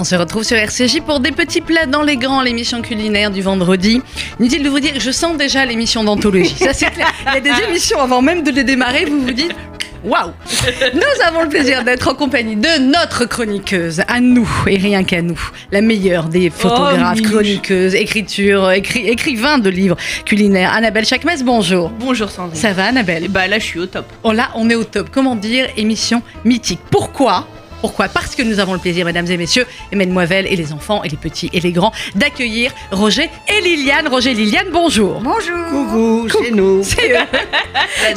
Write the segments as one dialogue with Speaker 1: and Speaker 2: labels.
Speaker 1: On se retrouve sur RCJ pour des petits plats dans les grands, l'émission culinaire du vendredi. Inutile de vous dire, je sens déjà l'émission d'anthologie. Ça, c'est clair. Il y a des émissions avant même de les démarrer, vous vous dites. Waouh Nous avons le plaisir d'être en compagnie de notre chroniqueuse, à nous, et rien qu'à nous, la meilleure des photographes,
Speaker 2: Milouche.
Speaker 1: chroniqueuses, écriture, écri- écrivain de livres culinaires. Annabelle Chakmes, bonjour.
Speaker 2: Bonjour Sandrine.
Speaker 1: Ça va, Annabelle
Speaker 2: Et bah là, je suis au top.
Speaker 1: Oh là, on est au top. Comment dire Émission mythique. Pourquoi pourquoi Parce que nous avons le plaisir, mesdames et messieurs, et mesdemoiselles, et les enfants, et les petits, et les grands, d'accueillir Roger et Liliane. Roger et Liliane, bonjour.
Speaker 3: Coucou, c'est nous.
Speaker 1: C'est eux.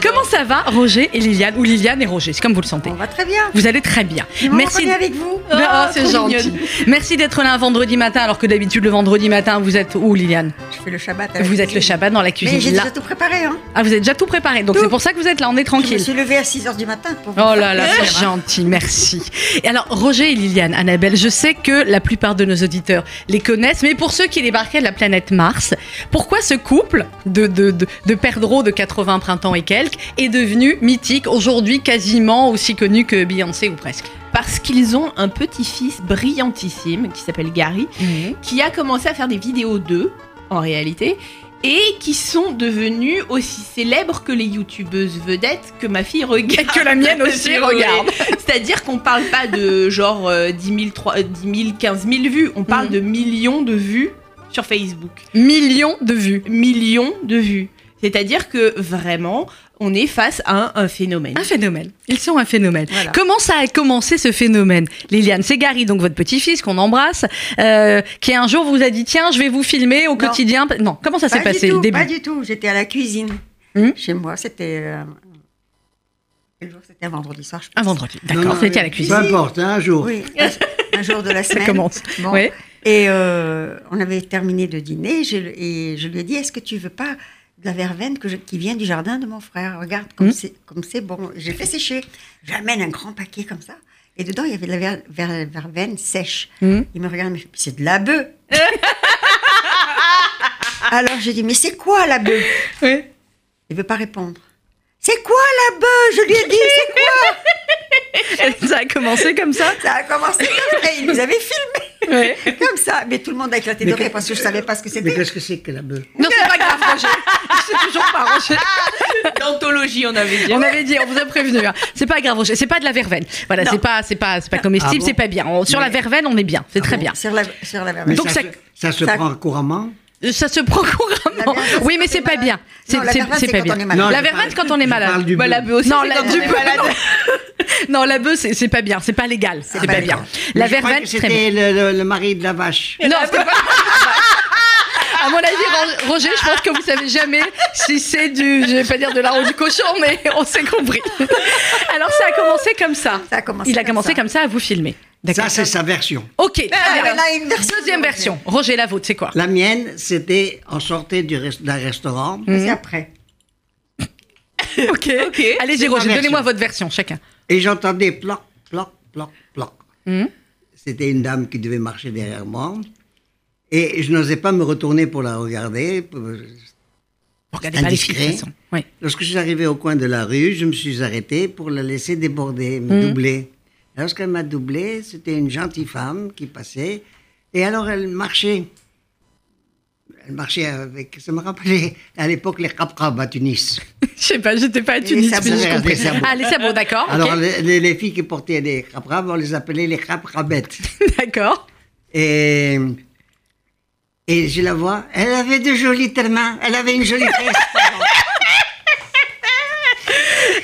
Speaker 1: Comment ça va, Roger et Liliane Ou Liliane et Roger, c'est comme vous le sentez.
Speaker 3: On va très bien.
Speaker 1: Vous allez très bien.
Speaker 3: Je
Speaker 1: Merci.
Speaker 3: Merci. avec vous.
Speaker 1: Ben, oh, c'est
Speaker 2: trop
Speaker 1: gentil.
Speaker 2: mignonne.
Speaker 1: Merci d'être là un vendredi matin, alors que d'habitude, le vendredi matin, vous êtes où, Liliane
Speaker 3: Je fais le Shabbat. avec
Speaker 1: Vous êtes le Shabbat dans la
Speaker 3: Mais Euh, j'ai
Speaker 1: cuisine. Là.
Speaker 3: déjà tout préparé. Hein.
Speaker 1: Ah, vous êtes déjà tout préparé, donc
Speaker 3: Tout.
Speaker 1: c'est pour ça que vous êtes là, on est
Speaker 3: Je me
Speaker 1: tranquille.
Speaker 3: suis levée à 6 h du matin pour. vous
Speaker 1: Oh
Speaker 3: faire
Speaker 1: là là,
Speaker 3: plaisir,
Speaker 1: c'est
Speaker 3: hein.
Speaker 1: gentil, merci. Et alors, Roger et Liliane, Annabelle, je sais que la plupart de nos auditeurs les connaissent, mais pour ceux qui débarquaient de la planète Mars, pourquoi ce couple de, de, de, de perdreaux de 80 printemps et quelques est devenu mythique, aujourd'hui quasiment aussi connu que Beyoncé ou presque
Speaker 2: Parce qu'ils ont un petit-fils brillantissime qui s'appelle Gary,
Speaker 1: Mmh.
Speaker 2: qui a commencé à faire des vidéos d'eux, en réalité, et qui sont devenus aussi célèbres que les youtubeuses vedettes que ma fille regarde.
Speaker 1: Que la mienne aussi
Speaker 2: Oui.
Speaker 1: regarde.
Speaker 2: C'est-à-dire qu'on parle pas de genre euh, 10 000, trois- euh, 10 000, 15 000 vues, on parle
Speaker 1: Mhm.
Speaker 2: de millions de vues sur Facebook.
Speaker 1: Millions de vues.
Speaker 2: Millions de vues. C'est-à-dire que vraiment, on est face à un, un phénomène.
Speaker 1: Un phénomène. Ils sont un phénomène.
Speaker 2: Voilà.
Speaker 1: Comment ça a commencé ce phénomène Liliane Ségari, donc votre petit-fils qu'on embrasse, euh, qui un jour vous a dit tiens, je vais vous filmer au quotidien. Non, comment ça s'est
Speaker 3: Pas du
Speaker 1: passé
Speaker 3: tout,
Speaker 1: le début
Speaker 3: Pas du tout. J'étais à la cuisine.
Speaker 1: Hmm.
Speaker 3: Chez moi, c'était. euh, quel jour C'était un vendredi soir. je pense.
Speaker 1: Un vendredi,
Speaker 4: Non,
Speaker 1: d'accord,
Speaker 4: non,
Speaker 1: c'était
Speaker 3: mais-
Speaker 1: à la cuisine.
Speaker 4: Peu importe, hein, un jour.
Speaker 3: Oui. un- Un jour de la
Speaker 1: Ça
Speaker 3: semaine.
Speaker 1: commence.
Speaker 3: Bon.
Speaker 1: Ouais.
Speaker 3: Et euh, on avait terminé de dîner je- et je lui ai dit Est-ce que tu veux pas de la verveine que je- qui vient du jardin de mon frère Regarde comme
Speaker 1: Hmm.
Speaker 3: c'est comme c'est bon. J'ai fait sécher. J'amène un grand paquet comme ça. Et dedans, il y avait de la ver- ver- verveine sèche.
Speaker 1: Hmm.
Speaker 3: Il me regarde, mais c'est de la bœuf. Alors j'ai dit Mais c'est quoi la bœuf
Speaker 1: Ouais.
Speaker 3: Il veut pas répondre. C'est quoi la bœuf Je lui ai dit C'est quoi
Speaker 1: Ça a commencé comme ça.
Speaker 3: Ça a commencé comme ça. Il nous avait filmé
Speaker 1: Ouais.
Speaker 3: comme ça. Mais tout le monde a éclaté de
Speaker 4: Mais
Speaker 3: rire
Speaker 4: que-
Speaker 3: parce que je savais pas ce que c'était.
Speaker 4: Mais qu'est-ce que c'est que la bœuf
Speaker 1: Non, c'est pas grave, Roger. C'est toujours pas Roger.
Speaker 2: D'anthologie, on avait dit.
Speaker 1: On avait dit, on vous a prévenu. hein. C'est pas grave, Roger. C'est pas de la verveine. Voilà,
Speaker 2: Non.
Speaker 1: c'est pas, c'est pas, c'est pas comestible,
Speaker 4: Ah bon
Speaker 1: c'est pas bien. On- sur la verveine, on est bien.
Speaker 3: Ah
Speaker 1: C'est très bien.
Speaker 3: Sur la, sur la verveine.
Speaker 4: Mais
Speaker 1: Donc
Speaker 4: ça,
Speaker 1: ça-
Speaker 4: se- ça se
Speaker 3: ça-
Speaker 4: prend couramment
Speaker 1: Ça se prend
Speaker 3: La
Speaker 1: couramment.
Speaker 3: verveine,
Speaker 1: Oui, mais
Speaker 3: quand
Speaker 1: c'est
Speaker 3: on est
Speaker 1: pas
Speaker 3: malade.
Speaker 1: bien. C'est
Speaker 3: Non, la
Speaker 1: c'est-
Speaker 3: verveine,
Speaker 1: c'est
Speaker 3: c'est
Speaker 1: pas
Speaker 3: quand
Speaker 1: bien.
Speaker 3: on est malade.
Speaker 4: Non,
Speaker 1: La
Speaker 4: je
Speaker 1: verveine
Speaker 4: parle-
Speaker 1: quand on est
Speaker 4: je
Speaker 1: malade.
Speaker 4: parle du
Speaker 1: Bah,
Speaker 4: bœuf.
Speaker 1: la bœuf aussi,
Speaker 2: Non,
Speaker 1: c'est
Speaker 2: la-
Speaker 1: quand
Speaker 2: du
Speaker 1: on est
Speaker 2: bœuf,
Speaker 1: malade. Non, la bœuf, c'est c'est pas bien. C'est pas légal. C'est pas bien.
Speaker 3: légal.
Speaker 1: La
Speaker 4: Je crois
Speaker 1: verveine,
Speaker 4: que
Speaker 1: très bien.
Speaker 4: C'était le, le- le mari de la vache.
Speaker 1: Non, c'est pas. À mon avis, Ro- Roger, je pense que vous savez jamais si c'est du, je vais pas dire de la roue du cochon, mais on s'est compris. Alors ça a commencé comme ça.
Speaker 3: Ça a commencé
Speaker 1: Il a
Speaker 3: comme
Speaker 1: commencé
Speaker 3: ça.
Speaker 1: comme ça à vous filmer.
Speaker 4: Ça, c'est sa version.
Speaker 1: Ok. très
Speaker 3: Ah,
Speaker 1: bien.
Speaker 3: mais là, une version.
Speaker 1: Deuxième version. Roger, la vôtre, c'est quoi
Speaker 4: La mienne, c'était, on sortait du res- d'un restaurant.
Speaker 1: Hmm.
Speaker 3: C'est après.
Speaker 1: Ok.
Speaker 2: Ok.
Speaker 1: Allez-y,
Speaker 4: C'est ma
Speaker 1: Roger,
Speaker 4: version.
Speaker 1: donnez-moi votre version, chacun.
Speaker 4: Et j'entendais ploc, ploc, ploc, ploc.
Speaker 1: Mhm.
Speaker 4: C'était une dame qui devait marcher derrière moi. Et je n'osais pas me retourner pour la regarder.
Speaker 1: Regardez pas les filles, de toute
Speaker 4: Indiscret.
Speaker 1: façon. Oui.
Speaker 4: Lorsque je suis arrivé au coin de la rue, je me suis arrêté pour la laisser déborder, me
Speaker 1: Hmm.
Speaker 4: doubler. Lorsqu'elle m'a doublé, c'était une gentille femme qui passait. Et alors elle marchait. Elle marchait avec. Ça me rappelait à l'époque les crabes à Tunis.
Speaker 1: Je sais pas, j'étais pas à
Speaker 3: les
Speaker 1: Tunis, mais
Speaker 3: sabots,
Speaker 1: j'ai
Speaker 4: les
Speaker 1: compris.
Speaker 4: sabots.
Speaker 1: Ah, les sabots, d'accord. ok.
Speaker 4: Alors les- les, les filles qui portaient les crabes, on les appelait les crabettes.
Speaker 1: D'accord.
Speaker 4: Et, et je la vois, elle avait de jolies mains, elle avait une jolie tête.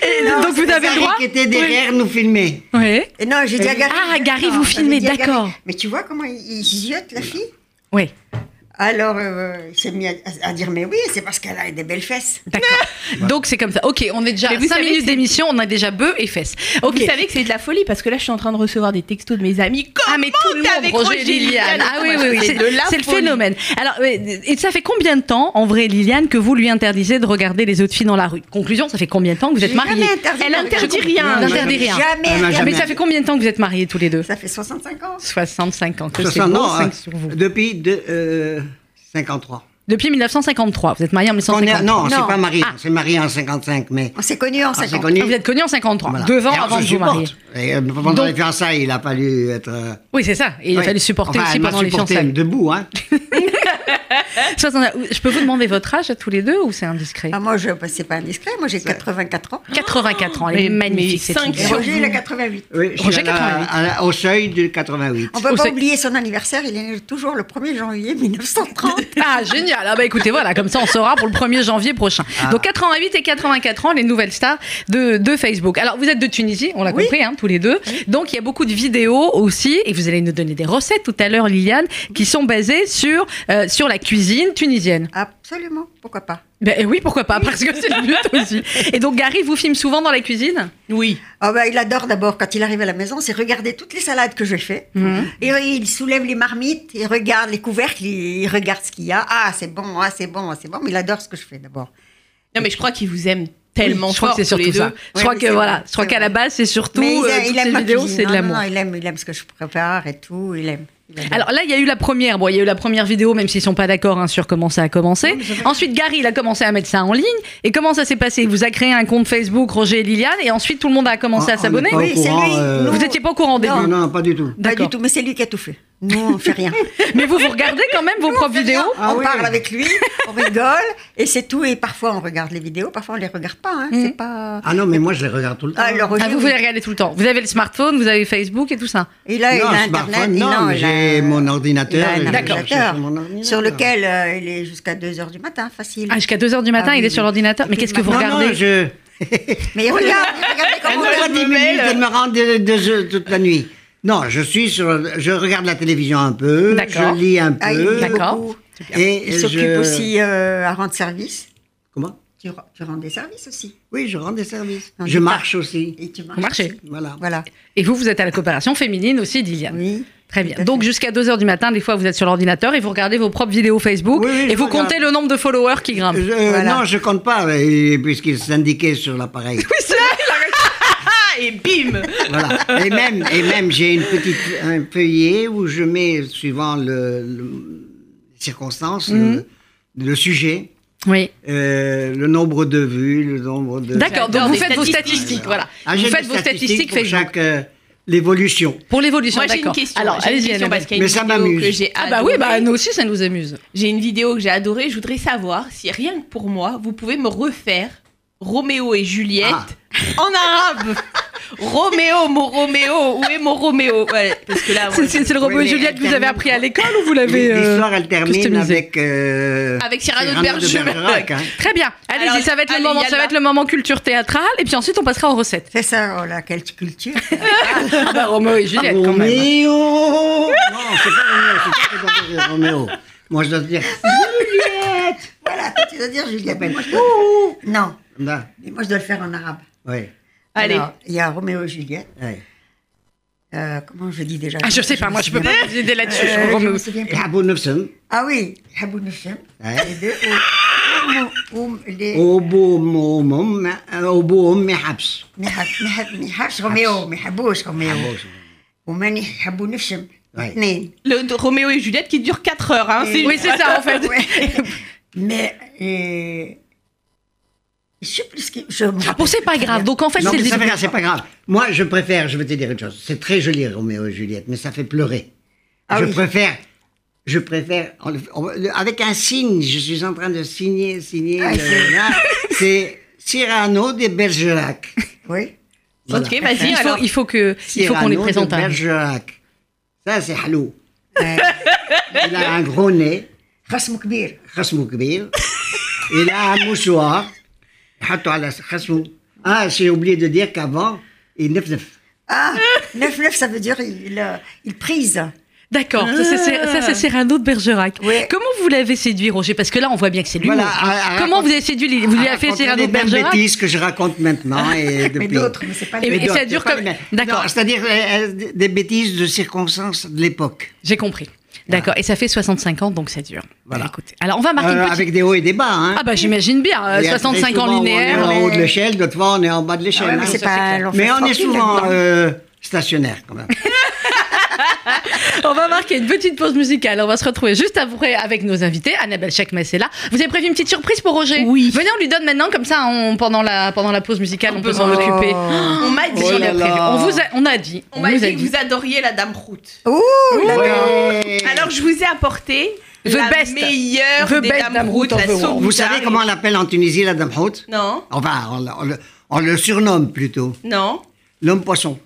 Speaker 1: Et
Speaker 3: Non,
Speaker 1: donc vous
Speaker 3: c'est
Speaker 1: avez le
Speaker 4: Gary
Speaker 1: droit
Speaker 4: qui était derrière nous filmer.
Speaker 1: Oui.
Speaker 3: Et non, j'ai dit à Gary.
Speaker 1: Ah, Gary, vous
Speaker 3: Non,
Speaker 1: filmez,
Speaker 3: j'avais dit à Gary.
Speaker 1: d'accord.
Speaker 3: Mais tu vois comment il, il ziote la fille
Speaker 1: Oui.
Speaker 3: Alors, euh, il s'est mis à, à dire Mais oui, c'est parce qu'elle a des belles fesses.
Speaker 1: D'accord. Donc c'est comme ça. Ok, on est déjà
Speaker 2: Mais
Speaker 1: 5
Speaker 2: vous savez
Speaker 1: minutes
Speaker 2: que c'est-
Speaker 1: d'émission, on a déjà bœuf et fesses. Ok.
Speaker 2: Vous savez que c'est de la folie parce que là, je suis en train de recevoir des textos de mes amis. Comment
Speaker 1: Ah mais tout le
Speaker 2: t'es
Speaker 1: monde,
Speaker 2: avec
Speaker 1: Roger
Speaker 2: Roger
Speaker 1: Liliane.
Speaker 2: Liliane
Speaker 1: Ah oui, oui, oui,
Speaker 2: C'est
Speaker 1: c'est
Speaker 2: de la
Speaker 1: c'est le
Speaker 2: folie.
Speaker 1: phénomène. Alors, euh, et ça fait combien de temps, en vrai, Liliane, que vous lui interdisez de regarder les autres filles dans la rue Conclusion, ça fait combien de temps que vous êtes
Speaker 3: J'ai
Speaker 1: mariés
Speaker 3: jamais interdit
Speaker 1: Elle
Speaker 3: de regarder.
Speaker 1: interdit rien.
Speaker 4: Non,
Speaker 1: Elle
Speaker 4: non,
Speaker 1: interdit
Speaker 4: non,
Speaker 1: rien.
Speaker 3: Jamais.
Speaker 4: Ah, non,
Speaker 3: interdit.
Speaker 1: Mais ça fait combien de temps que vous êtes mariés tous les deux
Speaker 3: Ça fait 65 ans.
Speaker 1: 65 ans que c'est
Speaker 4: 60
Speaker 1: beau,
Speaker 4: ans, hein.
Speaker 1: cinq sur vous.
Speaker 4: depuis de, euh, 53.
Speaker 1: Depuis 1953. Vous êtes marié en
Speaker 4: On est-
Speaker 1: 1953.
Speaker 4: non, on s'est
Speaker 3: Non.
Speaker 4: pas marié.
Speaker 1: Ah.
Speaker 4: On s'est marié en 55, mais.
Speaker 3: On s'est connus en
Speaker 4: on s'est
Speaker 3: 50.
Speaker 4: connus.
Speaker 1: Vous êtes connu en 53.
Speaker 4: Voilà.
Speaker 1: Deux ans
Speaker 4: Et on
Speaker 1: avant
Speaker 4: se
Speaker 1: de vous marier.
Speaker 4: supporte. Et, euh, pendant
Speaker 1: Donc-
Speaker 4: les fiançailles, il a fallu être. euh,
Speaker 1: Oui, c'est ça. Et il a
Speaker 4: oui.
Speaker 1: fallu supporter
Speaker 4: Enfin,
Speaker 1: aussi
Speaker 4: elle m'a
Speaker 1: pendant les
Speaker 4: supporté
Speaker 1: fiançailles.
Speaker 4: debout, hein.
Speaker 1: Soit on a- Je peux vous demander votre âge à tous les deux ou c'est indiscret
Speaker 3: Ah, moi, je, bah, c'est pas indiscret. Moi, j'ai 84 ans.
Speaker 1: 84 ans, elle
Speaker 2: Mais-
Speaker 1: est magnifique
Speaker 2: mais
Speaker 1: cette
Speaker 2: cinq
Speaker 1: fille.
Speaker 3: Et
Speaker 2: Sur
Speaker 3: Roger, il a
Speaker 2: vous.
Speaker 3: 88.
Speaker 4: Oui, je suis
Speaker 1: Roger,
Speaker 4: à la-
Speaker 1: 88.
Speaker 4: à la- au seuil du 88.
Speaker 3: On peut
Speaker 1: Ou
Speaker 3: pas
Speaker 1: Oh, c'est-
Speaker 3: oublier son anniversaire. Il est né toujours le 1er janvier 1930.
Speaker 1: Ah, génial. Ah, bah écoutez, voilà, comme ça on saura pour le 1er janvier prochain. Donc 88 et 84 ans, les nouvelles stars de, de Facebook. Alors vous êtes de Tunisie, on l'a
Speaker 3: Oui.
Speaker 1: compris, hein, tous les deux. Donc il y a beaucoup de vidéos aussi, et vous allez nous donner des recettes tout à l'heure, Liliane, qui sont basées sur, euh, sur la cuisine tunisienne.
Speaker 3: Absolument. Pourquoi pas
Speaker 1: Ben eh oui, pourquoi pas, parce que c'est le but aussi. Et donc Gary vous filme souvent dans la cuisine
Speaker 2: Oui.
Speaker 3: Ah bah, il adore d'abord, quand il arrive à la maison, c'est regarder toutes les salades que j'ai fait.
Speaker 1: Mhm.
Speaker 3: Et euh, il soulève les marmites, il regarde les couvercles, il il regarde ce qu'il y a. Ah, c'est bon, ah, c'est bon, ah, c'est bon. Mais il adore ce que je fais d'abord.
Speaker 2: Non, mais je crois qu'ils vous aiment tellement
Speaker 1: Oui, je crois
Speaker 2: fort,
Speaker 1: que c'est
Speaker 2: tous les
Speaker 1: surtout
Speaker 2: deux.
Speaker 1: ça. je
Speaker 3: Ouais,
Speaker 1: crois
Speaker 3: oui,
Speaker 1: que
Speaker 3: c'est
Speaker 1: voilà,
Speaker 3: vrai,
Speaker 1: je crois
Speaker 3: c'est
Speaker 1: qu'à la
Speaker 3: vrai.
Speaker 1: base c'est surtout
Speaker 3: il,
Speaker 1: euh, toutes ces
Speaker 3: ma
Speaker 1: vidéos,
Speaker 3: cuisine.
Speaker 1: c'est de
Speaker 3: Non, non,
Speaker 1: l'amour.
Speaker 3: non, il aime, il aime ce que je prépare et tout. Il aime. Il aime.
Speaker 1: Alors là, il y a eu la première. Bon, il y a eu la première vidéo, même s'ils sont pas d'accord hein, sur comment ça a commencé. Ensuite, Gary, il a commencé à mettre ça en ligne. Et comment ça s'est passé Il vous a créé un compte Facebook, Roger et Liliane, et ensuite tout le monde a commencé
Speaker 4: On-
Speaker 1: à
Speaker 4: Ah, on
Speaker 1: s'abonner.
Speaker 4: n'est pas au
Speaker 3: Oui, c'est
Speaker 4: courant,
Speaker 3: lui.
Speaker 4: euh,
Speaker 3: Nous,
Speaker 1: Vous n'étiez pas au courant au début,
Speaker 4: Non, non, pas du tout.
Speaker 3: pas
Speaker 1: d'accord.
Speaker 3: du tout, mais c'est lui qui a tout fait. Nous, on fait rien.
Speaker 1: mais vous vous regardez quand même vos propres vidéos.
Speaker 4: Ah
Speaker 3: on
Speaker 4: oui.
Speaker 3: parle avec lui, on rigole, et c'est tout. Et parfois, on regarde les vidéos, parfois, on les regarde pas. hein. C'est pas.
Speaker 4: Ah non, mais moi, je les regarde tout le temps.
Speaker 3: Ah, le Roger,
Speaker 1: Mm. Ah, vous,
Speaker 3: oui.
Speaker 1: vous les regardez tout le temps. Vous avez le smartphone, vous avez Facebook et tout ça.
Speaker 3: Et là, il
Speaker 4: Non,
Speaker 3: a
Speaker 4: smartphone,
Speaker 3: Internet.
Speaker 4: non,
Speaker 3: il a-
Speaker 4: mais j'ai mon ordinateur,
Speaker 3: Il a un
Speaker 4: je- je- je-
Speaker 3: ordinateur,
Speaker 4: sur mon ordinateur.
Speaker 3: sur lequel euh, il est jusqu'à 2 heures du matin, facile.
Speaker 1: Ah, jusqu'à 2h du matin,
Speaker 3: Ah,
Speaker 1: il est
Speaker 3: oui,
Speaker 1: sur
Speaker 3: oui.
Speaker 1: l'ordinateur.
Speaker 3: Et
Speaker 1: Mais
Speaker 3: puis
Speaker 1: qu'est-ce que vous
Speaker 4: non,
Speaker 1: regardez
Speaker 4: non, je.
Speaker 3: Mais regarde, regardez comment
Speaker 2: Ah, non,
Speaker 4: Pas
Speaker 2: je
Speaker 3: on
Speaker 2: me
Speaker 4: dix minutes,
Speaker 2: mêle.
Speaker 4: elle me rend des, des jeux toute la nuit. Non, je suis sur. Je regarde la télévision un peu,
Speaker 1: D'accord.
Speaker 4: je lis un
Speaker 3: Ah, il
Speaker 4: peu.
Speaker 3: lit
Speaker 1: D'accord.
Speaker 3: beaucoup.
Speaker 4: Et
Speaker 3: Il
Speaker 4: je-
Speaker 3: s'occupe aussi euh, à rendre service.
Speaker 4: Comment
Speaker 3: Tu, re- tu rends des services aussi.
Speaker 4: Oui, je rends des services.
Speaker 3: Non,
Speaker 4: je
Speaker 3: tu
Speaker 4: marche aussi.
Speaker 3: Et tu marches.
Speaker 1: Marcher.
Speaker 3: aussi.
Speaker 4: Voilà.
Speaker 3: Voilà.
Speaker 1: Et vous, vous êtes à la coopération féminine aussi, Liliane.
Speaker 3: Oui.
Speaker 1: Très
Speaker 3: Tout
Speaker 1: bien.
Speaker 3: à
Speaker 1: Donc
Speaker 3: fait.
Speaker 1: jusqu'à 2h du matin, des fois, vous êtes sur l'ordinateur et vous regardez vos propres vidéos Facebook
Speaker 4: Oui, oui,
Speaker 1: et
Speaker 4: je
Speaker 1: vous
Speaker 4: regarde.
Speaker 1: comptez le nombre de followers qui grimpent.
Speaker 4: Je- euh,
Speaker 3: Voilà.
Speaker 4: Non, je compte pas, euh, puisqu'il s'indiquait sur l'appareil.
Speaker 2: Ah, et bim
Speaker 4: Voilà. Et même, et même j'ai une petite un feuillet où je mets, suivant le, le- les circonstances,
Speaker 3: Mhm.
Speaker 4: le, le sujet,
Speaker 1: Oui.
Speaker 4: euh, le nombre de vues, le nombre de.
Speaker 1: D'accord, donc
Speaker 2: J'adore
Speaker 1: vous
Speaker 2: les
Speaker 1: faites vos
Speaker 2: statistiques.
Speaker 1: statistiques, voilà.
Speaker 4: Ah,
Speaker 1: vous
Speaker 4: j'ai
Speaker 1: faites
Speaker 4: des
Speaker 1: vos statistiques
Speaker 4: pour
Speaker 1: Facebook.
Speaker 4: chaque euh, l'évolution.
Speaker 1: Pour l'évolution,
Speaker 2: Moi, j'ai une
Speaker 1: d'accord.
Speaker 2: question.
Speaker 1: Alors,
Speaker 2: j'ai une
Speaker 1: allez-y,
Speaker 2: question
Speaker 1: Annabelle.
Speaker 2: parce qu'il y a
Speaker 4: Mais ça
Speaker 2: une vidéo
Speaker 4: m'amuse.
Speaker 2: que Ah, j'ai
Speaker 1: Ah bah oui,
Speaker 2: adorée.
Speaker 1: bah nous aussi, ça nous amuse.
Speaker 2: J'ai une vidéo que j'ai adorée. Je voudrais savoir si rien que pour moi, vous pouvez me refaire Roméo et Juliette
Speaker 4: Ah.
Speaker 2: en arabe. Roméo, mon Roméo, où est mon Roméo Voilà, Parce que là, on-
Speaker 1: C'est, c'est- c'est le Roméo et Juliette que vous avez appris à l'école ou vous l'avez euh,
Speaker 4: L'histoire, elle termine
Speaker 1: customisé.
Speaker 4: avec. euh,
Speaker 1: Ah,
Speaker 2: Avec Cyrano de Bergerac.
Speaker 4: hein.
Speaker 1: Très bien. Allez-y,
Speaker 2: Alors,
Speaker 1: ça va être
Speaker 2: allez,
Speaker 1: le moment,
Speaker 2: Yana.
Speaker 1: ça va être le moment culture théâtrale et puis ensuite on passera aux recettes.
Speaker 3: C'est ça, oh là, quelle culture.
Speaker 1: Ah bah Roméo et Juliette quand même.
Speaker 4: Roméo Non, c'est pas Roméo, c'est pas fait pour Roméo. Moi, je dois te dire.
Speaker 3: Juliette Voilà, tu dois dire Juliette. Mais moi, je dois- Non,
Speaker 4: Là,
Speaker 3: mais moi, je dois le faire en arabe.
Speaker 4: ouais,
Speaker 2: Allez.
Speaker 3: Alors, Il y a Roméo et Juliette.
Speaker 4: ouais.
Speaker 3: Euh, comment je dis déjà
Speaker 1: Ah, je sais pas, moi je peux pas vous aider là-dessus.
Speaker 3: Euh, je
Speaker 1: Roméo.
Speaker 3: me souviens
Speaker 4: Et
Speaker 3: plus.
Speaker 4: Abou Nefsem,
Speaker 3: Ah oui, Habou Nushem.
Speaker 4: Ouais.
Speaker 3: Les deux. ou- ou- ou- les-
Speaker 4: Obo Momom, Obo Omme Habs.
Speaker 3: ما يحب- ما يحب- ما يحبش روميو ما يحبوش روميو وما يحبوا نفسهم
Speaker 4: أي.
Speaker 3: اثنين
Speaker 2: Le Roméo et Juliette qui dure 4 heures. Hein, c'est-
Speaker 1: Oui, c'est ça en fait.
Speaker 3: ما آه، euh, je sais plus ce que je me
Speaker 1: Ah, Bon, c'est pas grave. Donc en fait,
Speaker 4: Non,
Speaker 1: c'est le
Speaker 4: mais ça
Speaker 1: début.
Speaker 4: fait rien, c'est pas grave. Moi, je préfère, je vais te dire une chose. C'est très joli, Roméo et Juliette, mais ça fait pleurer.
Speaker 3: Ah
Speaker 4: je
Speaker 3: oui.
Speaker 4: préfère, je préfère, on le- on- le- avec un signe, je suis en train de signer, signer.
Speaker 3: Ah,
Speaker 4: le-
Speaker 3: c'est-
Speaker 4: là, c'est Cyrano de Bergerac.
Speaker 3: Ah oui
Speaker 4: Voilà.
Speaker 2: Ok, vas-y
Speaker 1: Hein Il faut,
Speaker 2: Eh ben, alors.
Speaker 1: il faut que, il faut qu'on les
Speaker 4: Cyrano de
Speaker 1: présente. hein. un.
Speaker 4: Bergerac. Ça, c'est halou. Il a un gros nez,
Speaker 3: خصم كبير
Speaker 4: khasmou kbir. Il a un mouchoir. حطوا على خصمه. Ah, j'ai oublié de dire qu'avant, il neuf neuf.
Speaker 3: ah neuf neuf ça veut dire il euh, il prise
Speaker 1: D'accord, ça, c'est- c'est- ça c'est Cyrano de Bergerac.
Speaker 3: Ouais.
Speaker 1: Comment vous l'avez séduit, Roger Parce que là, on voit bien que c'est lui.
Speaker 4: Voilà, à- à-
Speaker 1: Comment vous avez séduit Lily Vous lui avez fait
Speaker 4: raconter
Speaker 1: Cyrano
Speaker 4: les
Speaker 1: de
Speaker 4: mêmes
Speaker 1: Bergerac
Speaker 4: bêtises que je raconte maintenant et
Speaker 3: mais
Speaker 4: depuis.
Speaker 3: d'autres mais c'est pas
Speaker 1: Et-
Speaker 3: le
Speaker 1: et
Speaker 4: d'autres,
Speaker 1: ça dure
Speaker 4: c'est pas
Speaker 1: comme-
Speaker 4: les mêmes.
Speaker 1: D'accord.
Speaker 4: Non, C'est-à-dire euh, euh, des bêtises de circonstances de l'époque.
Speaker 1: J'ai compris. D'accord. Et ça fait 65 ans, donc ça dure.
Speaker 4: Voilà.
Speaker 1: Bah, écoutez. Alors, on va marquer
Speaker 4: Euh,
Speaker 1: une petite...
Speaker 4: avec des hauts et des bas. Hein.
Speaker 1: Ah bah j'imagine bien, euh,
Speaker 4: Il y a très
Speaker 1: 65 ans
Speaker 4: souvent où
Speaker 1: linéaire.
Speaker 4: On est en haut de
Speaker 3: mais-
Speaker 4: l'échelle, d'autres fois on est en bas de
Speaker 3: Ah
Speaker 4: l'échelle.
Speaker 3: ouais,
Speaker 4: hein.
Speaker 3: mais
Speaker 1: ça,
Speaker 3: c'est
Speaker 1: c'est clair.
Speaker 3: pas l'enfer
Speaker 4: Mais on est
Speaker 3: tranquille,
Speaker 4: souvent
Speaker 3: là-dedans.
Speaker 4: euh, stationnaire quand même.
Speaker 1: On va marquer une petite pause musicale. On va se retrouver juste après avec nos invités. Annabelle Chakmes est là. Vous avez prévu une petite surprise pour Roger
Speaker 2: Oui.
Speaker 1: Venez, on lui donne maintenant, comme ça, on- pendant, la, pendant la pause musicale, on, peut s'en
Speaker 3: Oh.
Speaker 1: occuper.
Speaker 2: On m'a dit,
Speaker 4: Oh
Speaker 1: On
Speaker 4: là
Speaker 1: a prévu.
Speaker 4: là.
Speaker 1: On vous a, on a dit.
Speaker 2: on m'a
Speaker 1: vous a
Speaker 2: dit que vous adoriez la Dame Route.
Speaker 4: Ouais.
Speaker 2: Alors je vous ai apporté
Speaker 1: The
Speaker 2: la
Speaker 1: best.
Speaker 2: meilleure
Speaker 1: The
Speaker 2: des
Speaker 1: best
Speaker 2: Dame,
Speaker 1: Dame Route
Speaker 2: Route, la
Speaker 1: of the world.
Speaker 2: Sauvegarde.
Speaker 4: Vous savez comment on l'appelle en Tunisie, la dame haute
Speaker 2: Non,
Speaker 4: Enfin, on, on le- on le surnomme plutôt.
Speaker 2: non.
Speaker 4: L'homme poisson.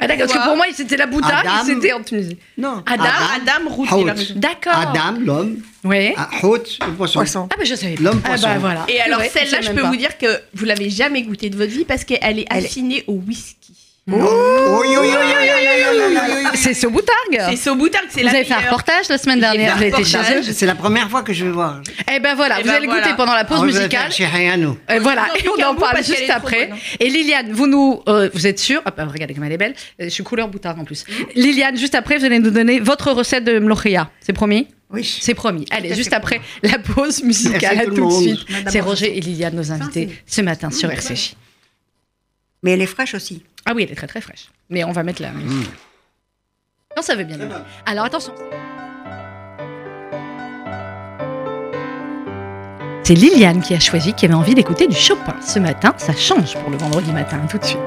Speaker 1: Ah, d'accord, parce que
Speaker 2: Quoi
Speaker 1: pour moi, c'était la Bouddha,
Speaker 4: Adam.
Speaker 1: c'était en Tunisie.
Speaker 4: Non.
Speaker 1: Adam,
Speaker 2: Adam Route, il a
Speaker 4: Haute.
Speaker 2: raison.
Speaker 1: D'accord.
Speaker 4: Adam, l'homme.
Speaker 1: Ouais. Ah,
Speaker 4: Ah, Haute, le poisson.
Speaker 3: Poisson.
Speaker 1: bah, je savais pas.
Speaker 4: L'homme
Speaker 1: Ah,
Speaker 4: poisson.
Speaker 1: bah, voilà.
Speaker 2: Et alors
Speaker 1: Ouais,
Speaker 2: celle-là,
Speaker 1: sais
Speaker 2: je
Speaker 1: même
Speaker 2: peux
Speaker 1: pas.
Speaker 2: vous dire que vous l'avez jamais goûtée de votre vie parce qu'elle est
Speaker 3: Elle est-
Speaker 2: affinée au whisky.
Speaker 4: Oh, oui, oui, oui, oui, oui, oui, oui, oui, oui.
Speaker 1: C'est Soboutargue.
Speaker 2: C'est Sauboutard que c'est
Speaker 1: Vous
Speaker 2: la
Speaker 1: avez fait un
Speaker 2: meilleure.
Speaker 1: reportage la semaine dernière,
Speaker 2: fait un
Speaker 1: j'ai été chez
Speaker 2: reportage.
Speaker 1: eux.
Speaker 4: C'est la première fois que je vais voir.
Speaker 1: Eh ben voilà,
Speaker 2: Eh
Speaker 1: vous
Speaker 2: ben
Speaker 1: allez
Speaker 2: voilà.
Speaker 1: goûter pendant la pause
Speaker 4: On va
Speaker 1: musicale.
Speaker 4: faire Chez Hayano.
Speaker 1: Et voilà,
Speaker 2: Non,
Speaker 1: et on
Speaker 2: Picard,
Speaker 1: en
Speaker 2: vous,
Speaker 1: parle
Speaker 2: parce qu'elle
Speaker 1: juste
Speaker 2: est trop
Speaker 1: après.
Speaker 2: bonne. hein.
Speaker 1: Et Liliane, vous nous, euh, vous êtes sûre Ah, bah, Regardez comme elle est belle. Euh, Je suis couleur boutarde en
Speaker 2: Mm.
Speaker 1: plus. Liliane, juste après, vous allez nous donner votre recette de mlochia. C'est promis
Speaker 3: Oui.
Speaker 1: C'est promis. Allez,
Speaker 3: à
Speaker 1: juste
Speaker 3: fait
Speaker 1: après la pause musicale.
Speaker 4: Merci
Speaker 1: À
Speaker 4: tout le
Speaker 1: tout de
Speaker 4: monde.
Speaker 1: suite.
Speaker 3: Madame
Speaker 1: C'est
Speaker 3: Rousseau.
Speaker 1: Roger et Liliane, nos invités,
Speaker 3: Merci.
Speaker 1: ce matin sur RCJ.
Speaker 3: Mais elle est fraîche aussi.
Speaker 1: Ah oui, elle est très très fraîche. Mais on va mettre la. Mm. Non, ça veut bien. aller. Alors attention. C'est Liliane qui a choisi, qui avait envie d'écouter du Chopin ce matin. Ça change pour le vendredi matin, tout de suite.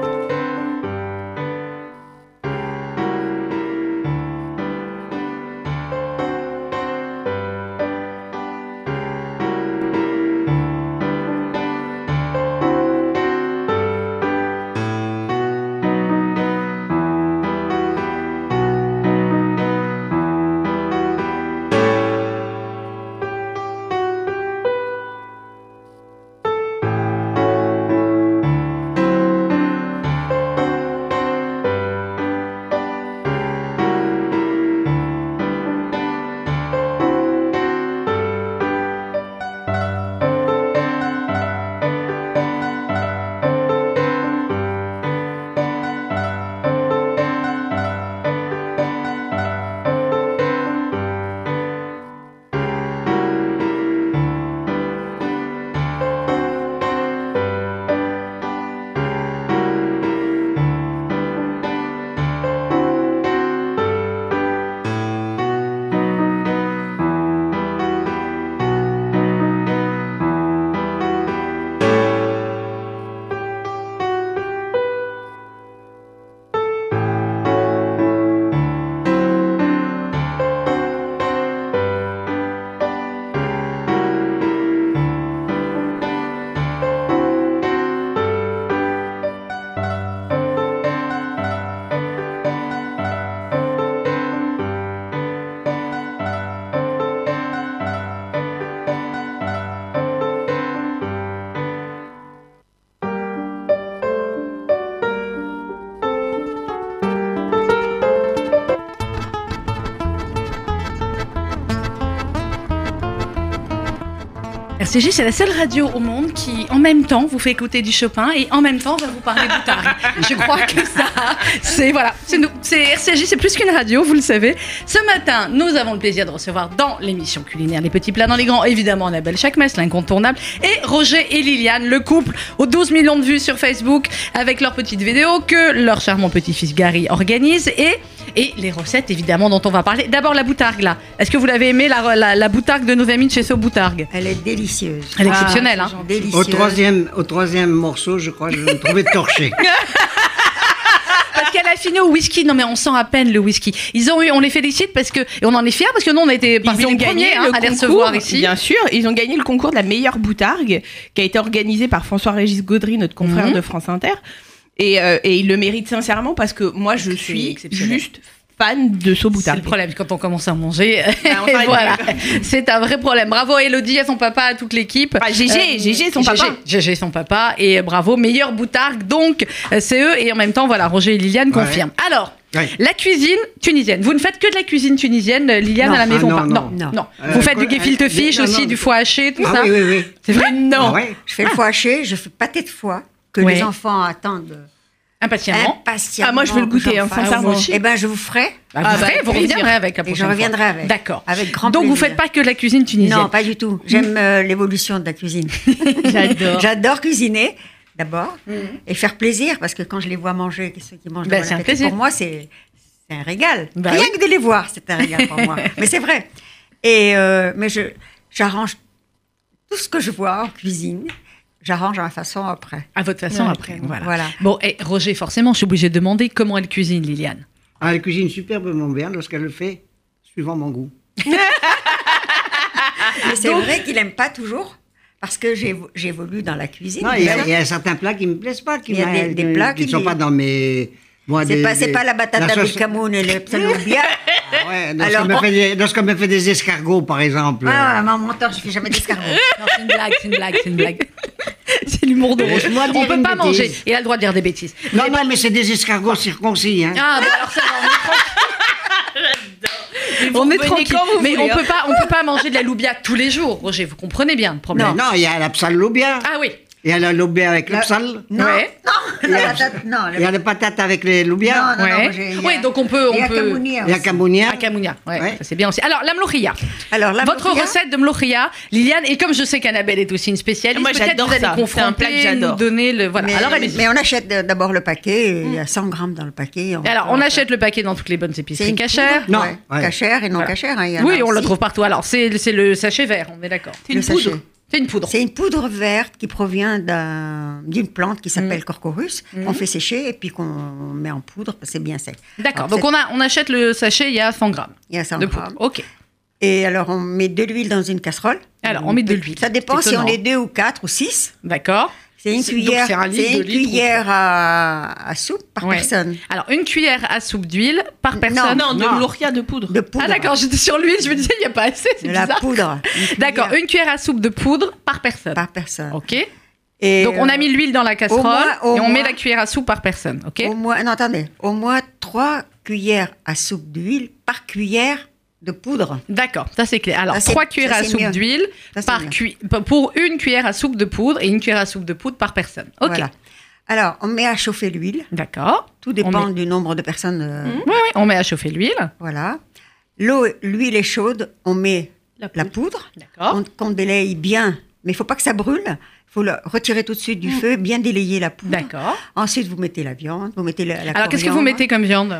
Speaker 1: RCJ, c'est la seule radio au monde qui, en même temps, vous fait écouter du Chopin et en même temps va vous parler d'Outari. Je crois que ça, c'est voilà, c'est nous. C'est RCJ, c'est plus qu'une radio, vous le savez. Ce matin, nous avons le plaisir de recevoir dans l'émission culinaire Les Petits Plats dans les Grands, évidemment Annabelle Chakmes, l'incontournable, et Roger et Liliane, le couple aux 12 millions de vues sur Facebook avec leur petite vidéo que leur charmant petit-fils Gary organise et, et les recettes évidemment dont on va parler. D'abord la boutargue là. Est-ce que vous l'avez aimé la, la, la boutargue de nos amis de chez Soboutargue
Speaker 3: Elle est délicieuse. Ah,
Speaker 1: elle est exceptionnelle, hein.
Speaker 4: Au
Speaker 3: Délicieuse.
Speaker 4: troisième, au troisième morceau, je crois que je vais me trouver torché.
Speaker 1: Parce qu'elle a fini au whisky. Non, mais on sent à peine le whisky. Ils ont eu, on les félicite parce que, et on en est fiers parce que nous, on a été parmi les premiers hein, à les recevoir ici.
Speaker 2: Bien sûr, ils ont gagné le concours de la meilleure boutargue qui a été organisé par François-Régis Gaudry, notre confrère
Speaker 1: Mhm.
Speaker 2: de France Inter. Et, euh, et il le mérite sincèrement parce que moi, je
Speaker 1: C'est
Speaker 2: suis
Speaker 1: exceptionnel.
Speaker 2: juste fan de saut
Speaker 1: C'est
Speaker 2: boutargue.
Speaker 1: le problème quand on commence à manger.
Speaker 2: Bah, on
Speaker 1: et
Speaker 2: s'arrête
Speaker 1: voilà,
Speaker 2: pas.
Speaker 1: c'est un vrai problème. Bravo à Elodie, à son papa, à toute l'équipe.
Speaker 2: Ah, GG,
Speaker 1: Euh,
Speaker 2: GG, son papa.
Speaker 1: GG, son papa. Et bravo, meilleur boutargue. Donc, euh, c'est eux. Et en même temps, voilà, Roger et Liliane
Speaker 4: Ouais.
Speaker 1: confirment. Alors,
Speaker 4: Ouais.
Speaker 1: la cuisine tunisienne. Vous ne faites que de la cuisine tunisienne, euh, Liliane,
Speaker 3: Non.
Speaker 1: à la maison
Speaker 4: Ah,
Speaker 1: pas.
Speaker 4: non,
Speaker 1: Non,
Speaker 3: non.
Speaker 1: non.
Speaker 4: Euh,
Speaker 1: Vous faites
Speaker 4: quoi,
Speaker 1: du gefilte
Speaker 4: euh,
Speaker 1: fish
Speaker 4: non, non.
Speaker 1: aussi, du foie haché, tout
Speaker 4: Ah
Speaker 1: ça.
Speaker 4: oui, oui, oui.
Speaker 1: C'est vrai
Speaker 4: Ah
Speaker 2: Non.
Speaker 4: ouais.
Speaker 3: Je fais le foie haché, je fais pâté de foie que
Speaker 1: Ouais.
Speaker 3: les enfants attendent
Speaker 1: Impatiemment.
Speaker 3: impatiemment.
Speaker 2: Ah, moi, je veux le goûter, hein,
Speaker 1: Ah,
Speaker 2: sincèrement.
Speaker 3: Eh ben, je vous ferai
Speaker 1: Bah,
Speaker 2: Ah
Speaker 1: vous
Speaker 2: bah,
Speaker 1: ferez, vous
Speaker 2: plaisir.
Speaker 1: reviendrez avec la
Speaker 3: et
Speaker 1: prochaine
Speaker 3: je reviendrai
Speaker 1: fois.
Speaker 3: avec.
Speaker 1: D'accord.
Speaker 3: Avec grand
Speaker 1: Donc vous
Speaker 3: plaisir.
Speaker 1: faites pas que la cuisine tunisienne.
Speaker 3: Non, pas du tout. J'aime euh, l'évolution de la cuisine.
Speaker 2: J'adore.
Speaker 3: J'adore cuisiner, d'abord, et faire plaisir, parce que quand je les vois manger, ceux qui mangent
Speaker 1: Ben,
Speaker 3: de bon
Speaker 1: Mm. c'est un
Speaker 3: appétit,
Speaker 1: plaisir.
Speaker 3: pour moi, c'est c'est un régal.
Speaker 1: Bah
Speaker 3: Rien
Speaker 1: oui.
Speaker 3: que de les voir, c'est un régal pour moi. Mais c'est vrai. Et euh, mais je j'arrange tout ce que je vois en cuisine, j'arrange à ma façon après.
Speaker 1: À votre façon
Speaker 2: Ouais,
Speaker 1: après. Voilà.
Speaker 3: Voilà.
Speaker 1: Bon, et Roger, forcément, je suis obligée de demander comment elle cuisine, Liliane.
Speaker 4: Ah, elle cuisine superbement bien lorsqu'elle le fait suivant mon goût.
Speaker 1: Ah,
Speaker 3: Mais c'est vrai qu'il aime pas toujours parce que j'évo- j'évolue dans la cuisine. Hein
Speaker 4: Non, il y,
Speaker 3: bien
Speaker 4: a-
Speaker 3: sûr.
Speaker 4: il y a certains plats qui me plaisent pas, qui
Speaker 3: Il y a
Speaker 4: m'a-
Speaker 3: des- des
Speaker 4: qui-
Speaker 3: plats
Speaker 4: qui ne
Speaker 3: qui-
Speaker 4: sont pas dans mes. moi,
Speaker 3: C'est
Speaker 4: des-
Speaker 3: pas, c'est
Speaker 4: des-
Speaker 3: pas la batata
Speaker 4: sauce-
Speaker 3: avec Camoun et le psalobia.
Speaker 4: Ah ouais, lorsqu'on
Speaker 3: Alors, Ah.
Speaker 4: me
Speaker 3: on-
Speaker 4: fait des- lorsqu'on me fait des escargots, par exemple.
Speaker 3: Ouais, ouais, moi, en menteur, je fais jamais d'escargot.
Speaker 1: Non, c'est une blague, c'est une blague, c'est une blague. c'est l'humour de Roger.
Speaker 4: Laisse-moi dire
Speaker 1: On peut
Speaker 4: une
Speaker 1: pas
Speaker 4: bêtise.
Speaker 1: manger. Il a le droit de dire des bêtises.
Speaker 4: non, non, mais c'est des escargots circoncis. Hein.
Speaker 1: Ah, bah alors ça va, on est tranquille. on est
Speaker 2: vous revenez
Speaker 1: tranquille.
Speaker 2: quand vous
Speaker 1: mais
Speaker 2: voulez,
Speaker 1: on
Speaker 2: hein.
Speaker 1: peut pas, on peut pas manger de la loubia tous les jours, Roger. Vous comprenez bien le
Speaker 4: Mais
Speaker 1: problème.
Speaker 4: Non. il y a la psalloubia,
Speaker 1: Ah oui.
Speaker 4: il y a la loubia avec le
Speaker 3: La-
Speaker 4: psal,
Speaker 3: Non,
Speaker 1: Ouais.
Speaker 3: non, la batata, non.
Speaker 4: il y a la patate avec les loubias,
Speaker 3: Non, non, non,
Speaker 1: Ouais.
Speaker 3: moi, j'ai- il y a-
Speaker 1: Oui, donc on peut-
Speaker 3: il y
Speaker 1: on
Speaker 3: a
Speaker 1: peut-
Speaker 3: Camounia
Speaker 4: il y a
Speaker 3: aussi.
Speaker 4: camounia.
Speaker 1: À Camounia, ouais,
Speaker 4: Ouais.
Speaker 1: ça, c'est bien aussi. Alors, la mlochia.
Speaker 3: Alors, la
Speaker 1: Votre
Speaker 3: mlochia-
Speaker 1: recette de mlochia, Liliane, et comme je sais qu'Annabelle est aussi une spécialiste,
Speaker 2: Moi,
Speaker 1: peut-être
Speaker 2: j'adore
Speaker 1: vous allez
Speaker 2: ça.
Speaker 1: confronter,
Speaker 2: C'est un plat que j'adore.
Speaker 1: nous donner le... Voilà.
Speaker 3: Mais,
Speaker 1: alors, allez-y. Mm.
Speaker 3: mais on achète d- d'abord le paquet, et il y a 100 grammes dans le paquet.
Speaker 1: Alors, on achète le paquet dans toutes les bonnes épiceries cachères.
Speaker 4: Non,
Speaker 3: Non,
Speaker 4: ouais.
Speaker 3: cachère et non
Speaker 1: Voilà.
Speaker 3: cachère. hein, il y en
Speaker 1: Oui,
Speaker 3: a
Speaker 1: on le
Speaker 3: aussi.
Speaker 1: trouve partout. Alors, c'est c'est le sachet vert, on est d'accord.
Speaker 2: C'est une
Speaker 3: Le sachet.
Speaker 2: poudre.
Speaker 1: C'est une poudre.
Speaker 3: C'est une poudre verte qui provient d'un- d'une plante qui
Speaker 1: Mm.
Speaker 3: s'appelle Corcorus, qu'on fait sécher et puis qu'on met en poudre, parce que c'est bien sec.
Speaker 1: D'accord.
Speaker 3: Alors,
Speaker 1: Donc,
Speaker 3: c'est-
Speaker 1: on, a, on achète le sachet, il y a 100 grammes
Speaker 3: Il y a 100
Speaker 1: de
Speaker 3: grammes.
Speaker 1: poudre. Ok.
Speaker 3: Et alors, on met de l'huile dans une casserole.
Speaker 1: Alors, on met de l'huile.
Speaker 3: Ça dépend
Speaker 1: C'est
Speaker 3: si on
Speaker 1: étonnant.
Speaker 3: est deux ou quatre ou six.
Speaker 1: D'accord.
Speaker 3: C'est une
Speaker 1: C'est- donc,
Speaker 3: cuillère,
Speaker 1: c'est un litre,
Speaker 3: c'est
Speaker 1: deux
Speaker 3: une
Speaker 1: litres ou
Speaker 3: cuillère à, à soupe par
Speaker 1: Ouais.
Speaker 3: personne.
Speaker 1: Alors, une cuillère à soupe d'huile par personne.
Speaker 2: Ah Non, de
Speaker 4: Non.
Speaker 2: l'ourkia de poudre.
Speaker 3: De poudre.
Speaker 1: Ah, d'accord, j'étais sur l'huile, je me disais, il n'y a pas assez, c'est
Speaker 3: De la
Speaker 1: bizarre.
Speaker 3: poudre. Une
Speaker 1: D'accord,
Speaker 3: cuillère
Speaker 1: une cuillère à soupe de poudre par personne.
Speaker 3: Par personne.
Speaker 1: Ok.
Speaker 3: Et
Speaker 1: Donc, on a
Speaker 3: euh,
Speaker 1: mis l'huile dans la casserole
Speaker 3: moins- au
Speaker 1: et on met
Speaker 3: moins-
Speaker 1: la cuillère à soupe par personne. Ok.
Speaker 3: Au moins, non, attendez, au moins trois cuillères à soupe d'huile par cuillère de poudre.
Speaker 1: D'accord, ça c'est clair. Alors,
Speaker 3: Ça, c'est-
Speaker 1: trois cuillères
Speaker 3: ça,
Speaker 1: à
Speaker 3: c'est
Speaker 1: soupe
Speaker 3: mieux.
Speaker 1: d'huile
Speaker 3: Ça, c'est
Speaker 1: par
Speaker 3: mieux.
Speaker 1: cui- pour une cuillère à soupe de poudre et une cuillère à soupe de poudre par personne. Ok.
Speaker 3: Voilà. Alors, on met à chauffer l'huile.
Speaker 1: D'accord.
Speaker 3: Tout dépend
Speaker 1: met- Mhm.
Speaker 3: du nombre de personnes. euh,
Speaker 1: Oui, oui, on met à chauffer l'huile.
Speaker 3: Voilà. L'eau, l'huile est chaude, on met
Speaker 2: La
Speaker 3: la poudre.
Speaker 1: D'accord.
Speaker 3: On- Qu'on délaye bien, mais il faut pas que ça brûle. Il faut le retirer tout de suite
Speaker 1: Mhm.
Speaker 3: du feu, bien délayer la poudre.
Speaker 1: D'accord.
Speaker 3: Ensuite, vous mettez la viande, vous mettez la, la
Speaker 1: Alors, qu'est-ce que vous
Speaker 3: coriandre,
Speaker 1: mettez comme viande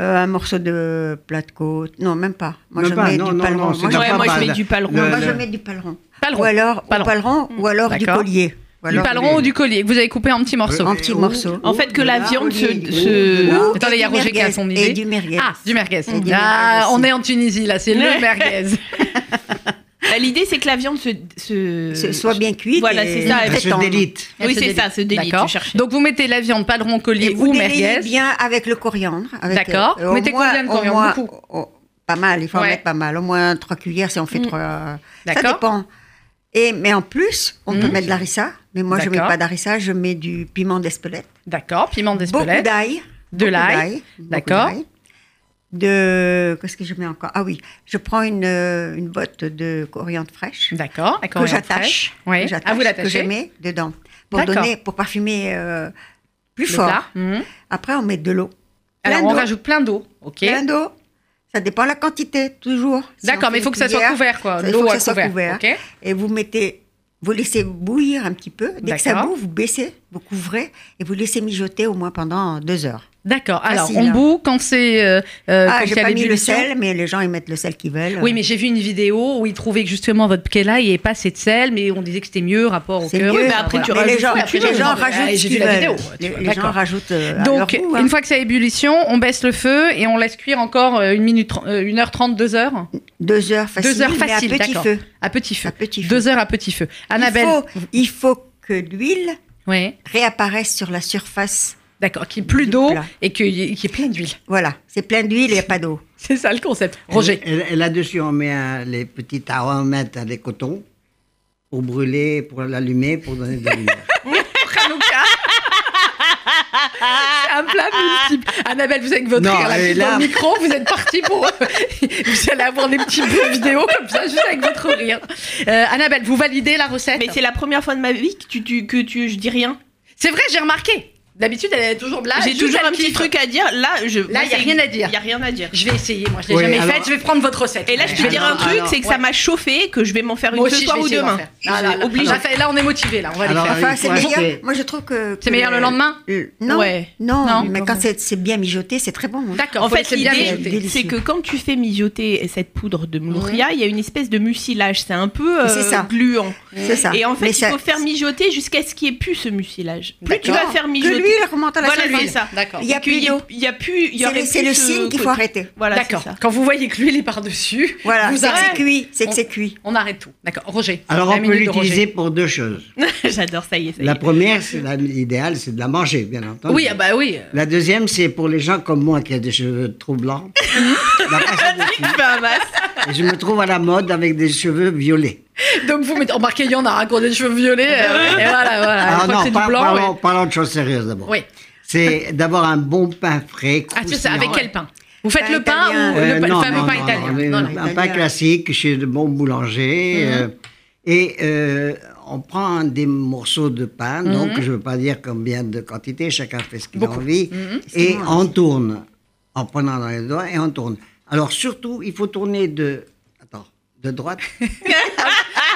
Speaker 3: euh, Un morceau de plat de côte. Non, même pas. Moi,
Speaker 4: Même
Speaker 3: je
Speaker 4: pas,
Speaker 3: mets
Speaker 4: non,
Speaker 3: du
Speaker 4: non,
Speaker 3: paleron.
Speaker 4: non, c'est
Speaker 3: Moi,
Speaker 4: de
Speaker 3: je-
Speaker 4: la
Speaker 2: Ouais, moi
Speaker 4: part-
Speaker 2: je mets
Speaker 4: la-
Speaker 2: du paleron.
Speaker 4: le-
Speaker 3: moi,
Speaker 4: le-
Speaker 3: je mets du paleron.
Speaker 1: Paleron.
Speaker 3: Ou alors,
Speaker 1: Paleron.
Speaker 3: au paleron, ou alors du
Speaker 1: D'accord.
Speaker 3: collier. Ou
Speaker 1: Du
Speaker 3: alors Euh,
Speaker 1: paleron ou du collier que vous avez coupé en petits morceaux
Speaker 3: En petits
Speaker 4: Ou-
Speaker 3: morceaux.
Speaker 2: En fait, que
Speaker 4: de
Speaker 2: la
Speaker 4: là,
Speaker 2: viande
Speaker 4: ou
Speaker 2: se-
Speaker 4: du-
Speaker 2: se-
Speaker 4: ou de là.
Speaker 3: Ou-
Speaker 1: Attendez,
Speaker 3: et
Speaker 1: il y a
Speaker 3: du
Speaker 1: Roger qui a
Speaker 3: merguez,
Speaker 1: son idée.
Speaker 3: et du merguez.
Speaker 1: Ah, du merguez.
Speaker 3: Et du
Speaker 1: Ah,
Speaker 3: merguez
Speaker 1: on
Speaker 3: aussi.
Speaker 1: est en Tunisie là, c'est le
Speaker 2: Ouais.
Speaker 1: merguez.
Speaker 2: Bah, L'idée, c'est que la viande se. se-
Speaker 3: Ce- soit bien cuite.
Speaker 2: Voilà,
Speaker 3: et
Speaker 2: c'est ça,
Speaker 4: Ah, Elle se
Speaker 3: tendre.
Speaker 4: délite.
Speaker 2: Oui, c'est ça, ce délit.
Speaker 1: D'accord.
Speaker 2: Tu cherchais.
Speaker 1: Donc vous mettez la viande paleron,
Speaker 3: Et
Speaker 1: collier
Speaker 3: vous
Speaker 1: ou
Speaker 3: délayez
Speaker 1: merguez.
Speaker 3: bien avec le coriandre. avec,
Speaker 1: D'accord.
Speaker 3: euh, au
Speaker 1: Mettez
Speaker 3: moins-
Speaker 1: combien de
Speaker 3: au
Speaker 1: coriandre
Speaker 3: moins-
Speaker 1: Beaucoup.
Speaker 3: au- Pas mal, il faut
Speaker 1: Ouais. Mm.
Speaker 3: en mettre pas mal. Au moins trois cuillères si on fait trois. euh, Ça
Speaker 1: D'accord.
Speaker 3: dépend. Et, mais en plus, on peut
Speaker 1: Mm.
Speaker 3: mettre de l'arissa. Mais moi, je ne mets
Speaker 1: D'accord.
Speaker 3: pas d'harissa, je mets du piment d'Espelette.
Speaker 1: D'accord. Piment
Speaker 3: Beaucoup
Speaker 1: d'Espelette.
Speaker 3: d'ail.
Speaker 1: De
Speaker 3: beaucoup
Speaker 1: l'ail.
Speaker 3: beaucoup
Speaker 1: D'accord.
Speaker 3: d'ail. De. Qu'est-ce que je mets encore Ah oui, je prends une, euh, une botte de coriandre fraîche
Speaker 1: D'accord.
Speaker 3: que
Speaker 1: coriandre
Speaker 3: j'attache,
Speaker 1: fraîche. Oui.
Speaker 3: que j'attache,
Speaker 1: Ah, vous
Speaker 3: que je
Speaker 1: l'attachez.
Speaker 3: mets dedans pour
Speaker 1: D'accord.
Speaker 3: donner, pour parfumer euh, plus
Speaker 1: Le
Speaker 3: fort.
Speaker 1: plat. Mhm.
Speaker 3: Après, on met de l'eau.
Speaker 1: Alors,
Speaker 3: Plein
Speaker 1: on
Speaker 3: d'eau.
Speaker 1: rajoute plein d'eau. OK.
Speaker 3: Plein d'eau. Ça dépend la quantité, toujours. Si
Speaker 1: D'accord,
Speaker 3: on
Speaker 1: mais
Speaker 3: fait
Speaker 1: il faut
Speaker 3: une
Speaker 1: que ça soit
Speaker 3: cuillère,
Speaker 1: couvert, quoi.
Speaker 3: Il faut
Speaker 1: L'eau
Speaker 3: que
Speaker 1: à
Speaker 3: ça soit
Speaker 1: couvert.
Speaker 3: couvert.
Speaker 1: OK.
Speaker 3: Et vous mettez, vous laissez bouillir un petit peu. Dès que ça
Speaker 1: D'accord.
Speaker 3: bout, vous baissez, vous couvrez et vous laissez mijoter au moins pendant deux heures.
Speaker 1: D'accord. Alors,
Speaker 3: Facile,
Speaker 1: on
Speaker 3: hein.
Speaker 1: bout quand c'est. euh, euh, quand
Speaker 3: ah,
Speaker 1: il
Speaker 3: j'ai
Speaker 1: y a
Speaker 3: pas mis le
Speaker 1: l'ébullition.
Speaker 3: sel, mais les gens ils mettent le sel qu'ils veulent.
Speaker 1: Oui, mais j'ai vu une vidéo où ils trouvaient que justement votre pkela, il n'y avait pas assez de sel, mais on disait que c'était mieux rapport au
Speaker 3: c'est
Speaker 1: cœur.
Speaker 3: mieux.
Speaker 2: mais après, tu
Speaker 3: les
Speaker 2: rajoutes
Speaker 3: gens,
Speaker 2: ce que tu
Speaker 3: les
Speaker 2: veux.
Speaker 3: gens
Speaker 1: Ah,
Speaker 3: rajoutent
Speaker 1: j'ai
Speaker 3: ce
Speaker 1: vu
Speaker 3: qu'ils
Speaker 1: la
Speaker 3: veulent.
Speaker 1: vidéo, ouais, tu
Speaker 3: Les,
Speaker 1: vois,
Speaker 3: les
Speaker 1: d'accord.
Speaker 3: gens rajoutent. euh, à
Speaker 1: Donc,
Speaker 3: leur goût, hein.
Speaker 1: une fois que ça a ébullition, on baisse le feu et on laisse cuire encore euh, une minute, tren- euh, une heure trente, deux heures
Speaker 3: deux heures facile,
Speaker 1: Deux heures
Speaker 3: mais
Speaker 1: facile,
Speaker 3: à petit
Speaker 1: d'accord.
Speaker 3: feu.
Speaker 1: à petit feu.
Speaker 3: À petit feu.
Speaker 1: Deux heures à petit feu. Annabelle,
Speaker 3: Il faut, il faut que l'huile
Speaker 1: ouais,
Speaker 3: réapparaisse sur la surface.
Speaker 1: d'accord, qu'il n'y ait plus
Speaker 3: Du
Speaker 1: d'eau
Speaker 3: plat.
Speaker 1: et qu'il y ait qu'il y ait plein d'huile.
Speaker 3: Voilà, c'est plein d'huile, il n'y a pas d'eau.
Speaker 1: C'est ça le concept. Roger.
Speaker 4: Et, et- et là-dessus, on met euh, les petits tarots, on met euh, des cotons pour brûler, pour l'allumer, pour donner de la lumière.
Speaker 1: Hanouka. C'est un plat multiple. Annabelle, vous êtes avec votre
Speaker 4: Non,
Speaker 1: rire là,
Speaker 4: et
Speaker 1: pile
Speaker 4: là-
Speaker 1: dans le micro, vous êtes parti pour. euh, vous allez avoir des petits bouts de vidéo comme ça, juste avec votre rire. Euh, Annabelle, vous validez la recette
Speaker 2: Mais c'est la première fois de ma vie que tu, tu- que tu je dis rien.
Speaker 1: C'est vrai, j'ai remarqué. D'habitude, elle est toujours là.
Speaker 2: J'ai
Speaker 1: Lui,
Speaker 2: toujours
Speaker 1: ça
Speaker 2: un
Speaker 1: le
Speaker 2: petit
Speaker 1: kiffe.
Speaker 2: truc à dire. Là, je.
Speaker 1: Là, y a rien à dire.
Speaker 2: Il y a rien à dire.
Speaker 1: Je vais essayer, moi, je l'ai
Speaker 4: Oui,
Speaker 1: jamais
Speaker 4: alors-
Speaker 1: faite. Je vais prendre votre recette.
Speaker 2: Et là, je te
Speaker 4: Alors,
Speaker 2: dire un truc,
Speaker 4: alors,
Speaker 2: c'est que ça m'a chauffé, que je vais m'en faire une
Speaker 1: Moi
Speaker 2: ce
Speaker 1: aussi, je
Speaker 2: soir
Speaker 1: vais
Speaker 2: ou
Speaker 1: essayer d'en
Speaker 2: demain.
Speaker 1: faire. Ah, là, là,
Speaker 2: Obligé.
Speaker 1: là, là, on est motivé, là. On va les
Speaker 4: Alors,
Speaker 1: faire.
Speaker 4: Ah,
Speaker 3: Enfin, c'est
Speaker 4: ouais, c'est-
Speaker 3: meilleur. Moi, je trouve que. que
Speaker 1: C'est meilleur le lendemain
Speaker 3: le- Non,
Speaker 2: Ouais.
Speaker 3: non,
Speaker 1: Non.
Speaker 3: mais quand c'est c'est bien mijoté, c'est très bon. hein.
Speaker 1: D'accord.
Speaker 2: En
Speaker 1: faut
Speaker 2: fait,
Speaker 1: laisser bien
Speaker 3: l'idée-
Speaker 1: mijoter.
Speaker 2: l'idée, c'est que quand tu fais mijoter cette poudre de mouria, il y a une espèce de mucilage. C'est un peu euh,
Speaker 3: C'est ça.
Speaker 2: gluant.
Speaker 3: C'est ça.
Speaker 2: Et en fait,
Speaker 3: Mais
Speaker 2: il
Speaker 3: ça-
Speaker 2: faut faire mijoter jusqu'à ce qu'il n'y ait plus ce mucilage. Plus tu
Speaker 1: D'accord.
Speaker 2: vas faire
Speaker 3: Que
Speaker 2: mijoter.
Speaker 3: l'huile remonte à la
Speaker 2: Voilà,
Speaker 3: surface.
Speaker 2: c'est ça.
Speaker 1: D'accord.
Speaker 3: Il y a
Speaker 2: Et qu'il
Speaker 3: plus d'eau.
Speaker 2: Il y a plus. il y
Speaker 3: C'est
Speaker 2: aurait
Speaker 3: le- C'est
Speaker 2: plus
Speaker 3: le
Speaker 2: ce
Speaker 3: signe qu'il faut
Speaker 2: côté.
Speaker 3: arrêter.
Speaker 2: Voilà, c'est
Speaker 1: D'accord.
Speaker 2: ça.
Speaker 1: Quand vous voyez que l'huile est par-dessus,
Speaker 3: Voilà,
Speaker 1: vous
Speaker 3: c'est que c'est
Speaker 1: arrêtez.
Speaker 3: cuit, c'est que
Speaker 1: On-
Speaker 3: c'est cuit.
Speaker 1: On arrête tout. D'accord. Roger.
Speaker 4: Alors,
Speaker 1: la
Speaker 4: on peut
Speaker 1: minute de Roger.
Speaker 4: l'utiliser pour deux choses.
Speaker 2: J'adore, ça y est. Ça y
Speaker 4: La
Speaker 2: est.
Speaker 4: première, c'est la- l'idéal, c'est de la manger, bien entendu.
Speaker 1: Oui, ah bah oui.
Speaker 4: La deuxième, c'est pour les gens comme moi qui ont des cheveux trop blancs. La passer dessus.
Speaker 2: Tu fais un masque.
Speaker 4: Et je me trouve à la mode avec des cheveux violets.
Speaker 1: Donc vous mettez embarquez Yann à raconter des cheveux violets. euh, et voilà, voilà.
Speaker 4: Alors
Speaker 1: Je crois que c'est
Speaker 4: Ah non,
Speaker 1: du
Speaker 4: par-
Speaker 1: blanc,
Speaker 4: parlons,
Speaker 1: ouais.
Speaker 4: parlons de choses sérieuses d'abord.
Speaker 1: Oui.
Speaker 4: C'est d'abord un bon pain frais.
Speaker 1: Ah, tu sais, avec
Speaker 4: croustillant.
Speaker 1: quel pain Vous faites
Speaker 3: Pain
Speaker 1: le pain
Speaker 3: italien.
Speaker 1: ou
Speaker 4: Euh,
Speaker 1: le, pa-
Speaker 4: non,
Speaker 1: le fameux
Speaker 4: non,
Speaker 1: pain
Speaker 4: non,
Speaker 1: italien
Speaker 4: mais
Speaker 1: Non, non.
Speaker 4: Un pain
Speaker 3: italien.
Speaker 4: classique chez le bon boulanger. euh, et euh, on prend des morceaux de pain, donc je ne veux pas dire combien de quantité, chacun fait ce qu'il a envie. Et on tourne, en prenant dans les doigts, et on tourne. Alors surtout, il faut tourner de, attends, de droite,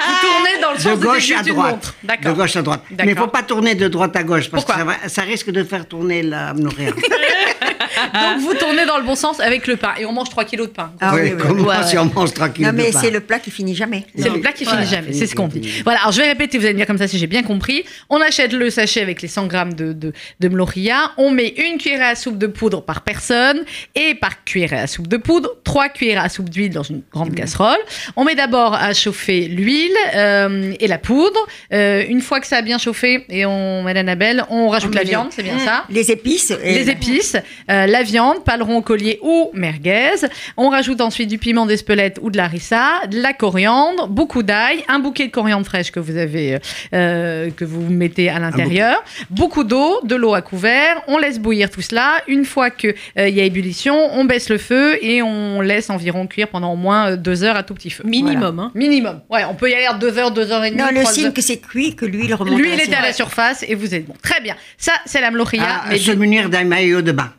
Speaker 1: Vous tournez dans le
Speaker 4: de
Speaker 1: sens
Speaker 4: gauche à
Speaker 1: d'une
Speaker 4: droite.
Speaker 1: montre.
Speaker 4: De
Speaker 1: D'accord.
Speaker 4: gauche à droite. Mais il
Speaker 1: D'accord.
Speaker 4: ne faut pas tourner de droite à gauche, parce
Speaker 1: Pourquoi
Speaker 4: que ça, va- ça risque de faire tourner la nourriture.
Speaker 1: Donc vous tournez dans le bon sens avec le pain et on mange 3 kilos de pain.
Speaker 3: Ah oui, oui, oui.
Speaker 4: comment
Speaker 2: Ouais,
Speaker 4: si on mange tranquille
Speaker 3: Non, mais
Speaker 4: de pain
Speaker 3: c'est le plat qui finit jamais.
Speaker 1: C'est
Speaker 4: Non.
Speaker 1: le plat qui
Speaker 4: Voilà,
Speaker 1: finit jamais,
Speaker 4: fini,
Speaker 1: c'est ce qu'on
Speaker 4: fini,
Speaker 1: dit.
Speaker 4: fini.
Speaker 1: Voilà, alors je vais répéter, vous allez me dire comme ça si j'ai bien compris. On achète le sachet avec les 100 grammes de, de, de Mloria, on met une cuillère à soupe de poudre par personne et par cuillère à soupe de poudre, trois cuillères à soupe d'huile dans une grande casserole. On met d'abord à chauffer l'huile euh, et la poudre. Euh, une fois que ça a bien chauffé, et on, Madame Abel, on rajoute
Speaker 3: On
Speaker 1: la
Speaker 3: met les-
Speaker 1: viande, c'est bien ça
Speaker 3: Les épices. et-
Speaker 1: les épices, euh, la viande, paleron au collier ou merguez. On rajoute ensuite du piment d'Espelette ou de la rissa, de la coriandre, beaucoup d'ail, un bouquet de coriandre fraîche que vous avez, euh, que vous mettez à l'intérieur, beaucoup d'eau, de l'eau à couvert. On laisse bouillir tout cela. Une fois que euh, il y a ébullition, on baisse le feu et on laisse environ cuire pendant au moins euh, deux heures à tout petit feu.
Speaker 2: Minimum. hein.
Speaker 1: Minimum. Ouais, on peut y aller à deux heures, deux heures et demie.
Speaker 3: Non, le
Speaker 1: trois
Speaker 3: signe
Speaker 1: heures.
Speaker 3: que c'est cuit, que l'huile remonte à
Speaker 1: L'huile
Speaker 3: la
Speaker 1: est à la
Speaker 3: surface.
Speaker 1: surface et vous êtes bon. Très bien. Ça, c'est la mloria.
Speaker 4: Ah,
Speaker 1: hein, mais
Speaker 4: se munir d'un maillot de bain.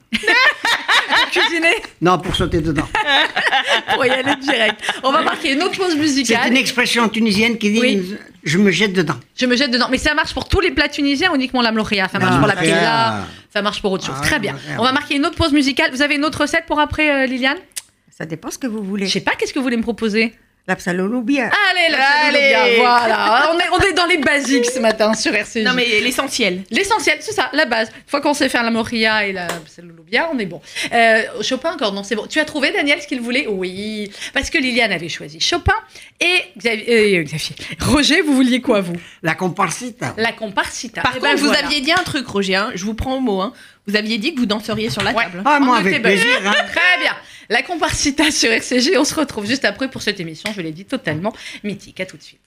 Speaker 1: cuisiner
Speaker 4: Non, pour sauter dedans.
Speaker 1: pour y aller direct. On va marquer une autre pause
Speaker 4: C'est
Speaker 1: musicale.
Speaker 4: une expression tunisienne qui dit
Speaker 1: Oui.
Speaker 4: je me jette dedans.
Speaker 1: Je me jette dedans. Mais ça marche pour tous les plats tunisiens, ou uniquement la mloria. Ça marche
Speaker 4: La
Speaker 1: pour la
Speaker 4: mloria.
Speaker 1: pizza, ça marche pour autre chose.
Speaker 4: Ah,
Speaker 1: Très bien.
Speaker 4: mloria.
Speaker 1: On va marquer une autre pause musicale. Vous avez une autre recette pour après, euh, Liliane
Speaker 3: Ça dépend ce que vous
Speaker 1: Je
Speaker 3: voulez.
Speaker 1: sais pas, qu'est-ce que vous voulez me proposer
Speaker 3: La hein. bien.
Speaker 1: Allez, la Allez. voilà. On est, on est dans les basiques ce matin sur RCJ.
Speaker 2: Non, mais l'essentiel.
Speaker 1: L'essentiel, c'est ça, la base. Une fois qu'on sait faire la moria et la psaloubia, on est bon. Euh, Chopin encore, non, c'est bon. Tu as trouvé, Daniel, ce qu'il voulait Oui, parce que Liliane avait choisi Chopin et Xavier, euh, Xavier. Roger, vous vouliez quoi, vous
Speaker 4: La hein. comparsita.
Speaker 1: La comparsita.
Speaker 2: Par
Speaker 1: Eh
Speaker 2: contre,
Speaker 1: ben,
Speaker 2: vous
Speaker 1: voilà.
Speaker 2: aviez dit un truc, Roger. hein. Je vous prends au mot. hein. Vous aviez dit que vous danseriez sur la
Speaker 1: Ouais.
Speaker 2: table.
Speaker 4: Ah, moi,
Speaker 1: On était
Speaker 4: avec
Speaker 1: bonnes.
Speaker 4: plaisir. hein.
Speaker 1: Très bien. La comparsita sur RCG, on se retrouve juste après pour cette émission, je l'ai dit, totalement mythique. À tout de suite.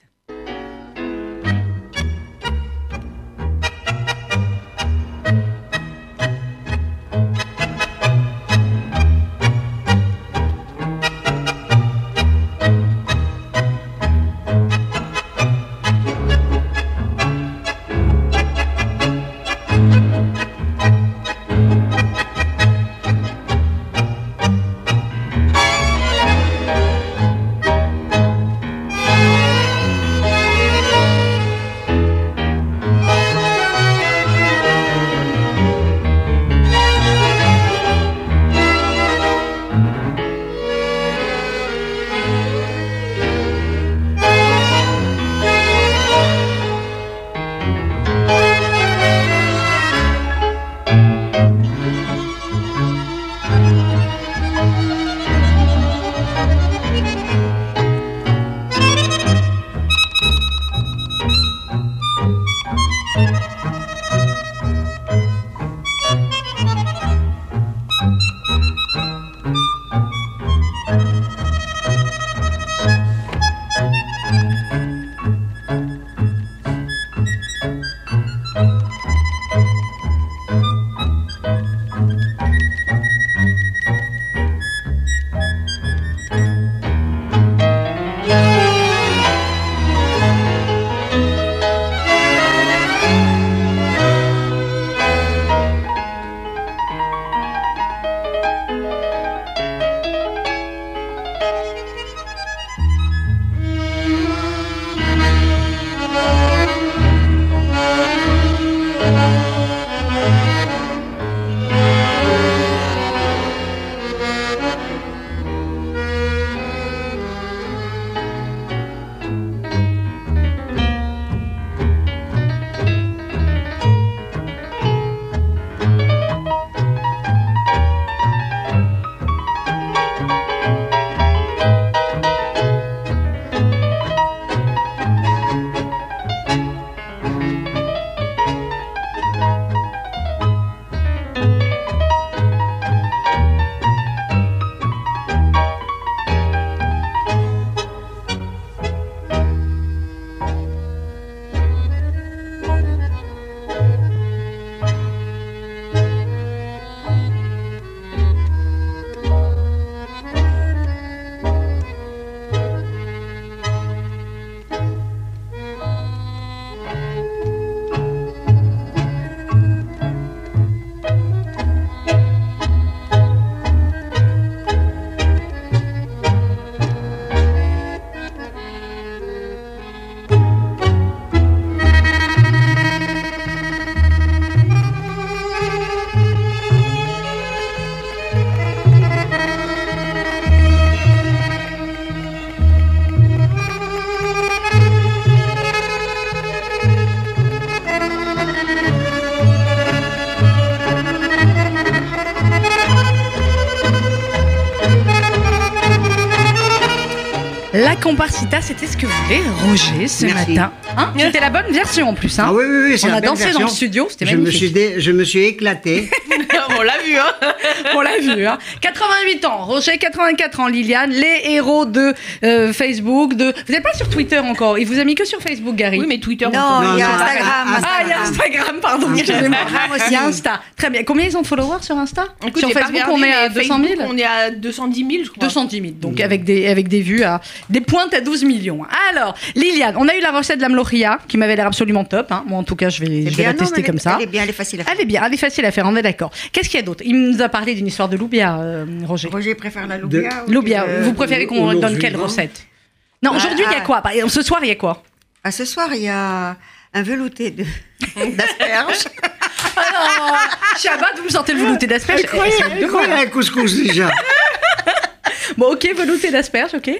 Speaker 1: La comparsita, c'était ce que voulait Roger ce
Speaker 4: Merci.
Speaker 1: matin. Hein c'était la bonne version en plus. Hein
Speaker 4: Ah oui, oui, oui, c'est
Speaker 1: On
Speaker 4: la
Speaker 1: a
Speaker 4: belle
Speaker 1: dansé
Speaker 4: version.
Speaker 1: dans le studio, c'était
Speaker 4: je me,
Speaker 1: magnifique.
Speaker 4: suis dé- je me suis éclaté.
Speaker 2: on l'a vu, hein
Speaker 1: On l'a vu, hein. 88 ans, Roger, 84 ans, Liliane, les héros de euh, Facebook, de... Vous n'êtes pas sur Twitter encore, il vous a mis que sur Facebook, Gary.
Speaker 2: Oui, mais Twitter, on s'en
Speaker 3: Non, il y a
Speaker 4: Non, non,
Speaker 3: Instagram.
Speaker 4: ah,
Speaker 1: Ah, il y a Instagram, pardon, excusez-moi.
Speaker 3: Instagram aussi.
Speaker 1: Il y a Insta. Très bien. Combien ils ont de followers sur Insta
Speaker 2: Écoute,
Speaker 1: Sur
Speaker 2: j'ai pas
Speaker 1: Facebook, on
Speaker 2: regardé,
Speaker 1: euh, est à
Speaker 2: mais
Speaker 1: 200
Speaker 2: Facebook,
Speaker 1: 000
Speaker 2: On est à 210 000, je crois.
Speaker 1: 210 000, donc avec, des, avec des vues à des pointes à 12 millions. Alors, Liliane, on a eu la recette de la mloria qui m'avait l'air absolument top. hein. Moi, en tout cas, je vais, je vais
Speaker 3: Eh Bien,
Speaker 1: la
Speaker 3: non,
Speaker 1: tester
Speaker 3: mais
Speaker 1: comme ça.
Speaker 3: Elle est bien, elle est facile à faire.
Speaker 1: Elle est bien, elle est facile à faire, on est d'accord. Qu'est-ce qu'il y a d'autre Il nous a parlé d'une histoire de loubia, euh, Roger.
Speaker 3: Roger préfère la loubia. ou
Speaker 1: Loubia,
Speaker 3: que-
Speaker 1: vous préférez qu'on
Speaker 4: au long
Speaker 1: donne
Speaker 4: du
Speaker 1: quelle
Speaker 4: vin.
Speaker 1: recette Non,
Speaker 3: Ah,
Speaker 1: aujourd'hui, il y a
Speaker 3: ah.
Speaker 1: quoi Par exemple, Ce soir, il y a quoi
Speaker 3: Ah, ce soir, il y a un velouté de- d'asperges.
Speaker 1: Ah non Shabbat, vous me sortez le velouté d'asperges
Speaker 4: De quoi il y a un couscous déjà
Speaker 1: Bon, ok, velouté d'asperges, ok.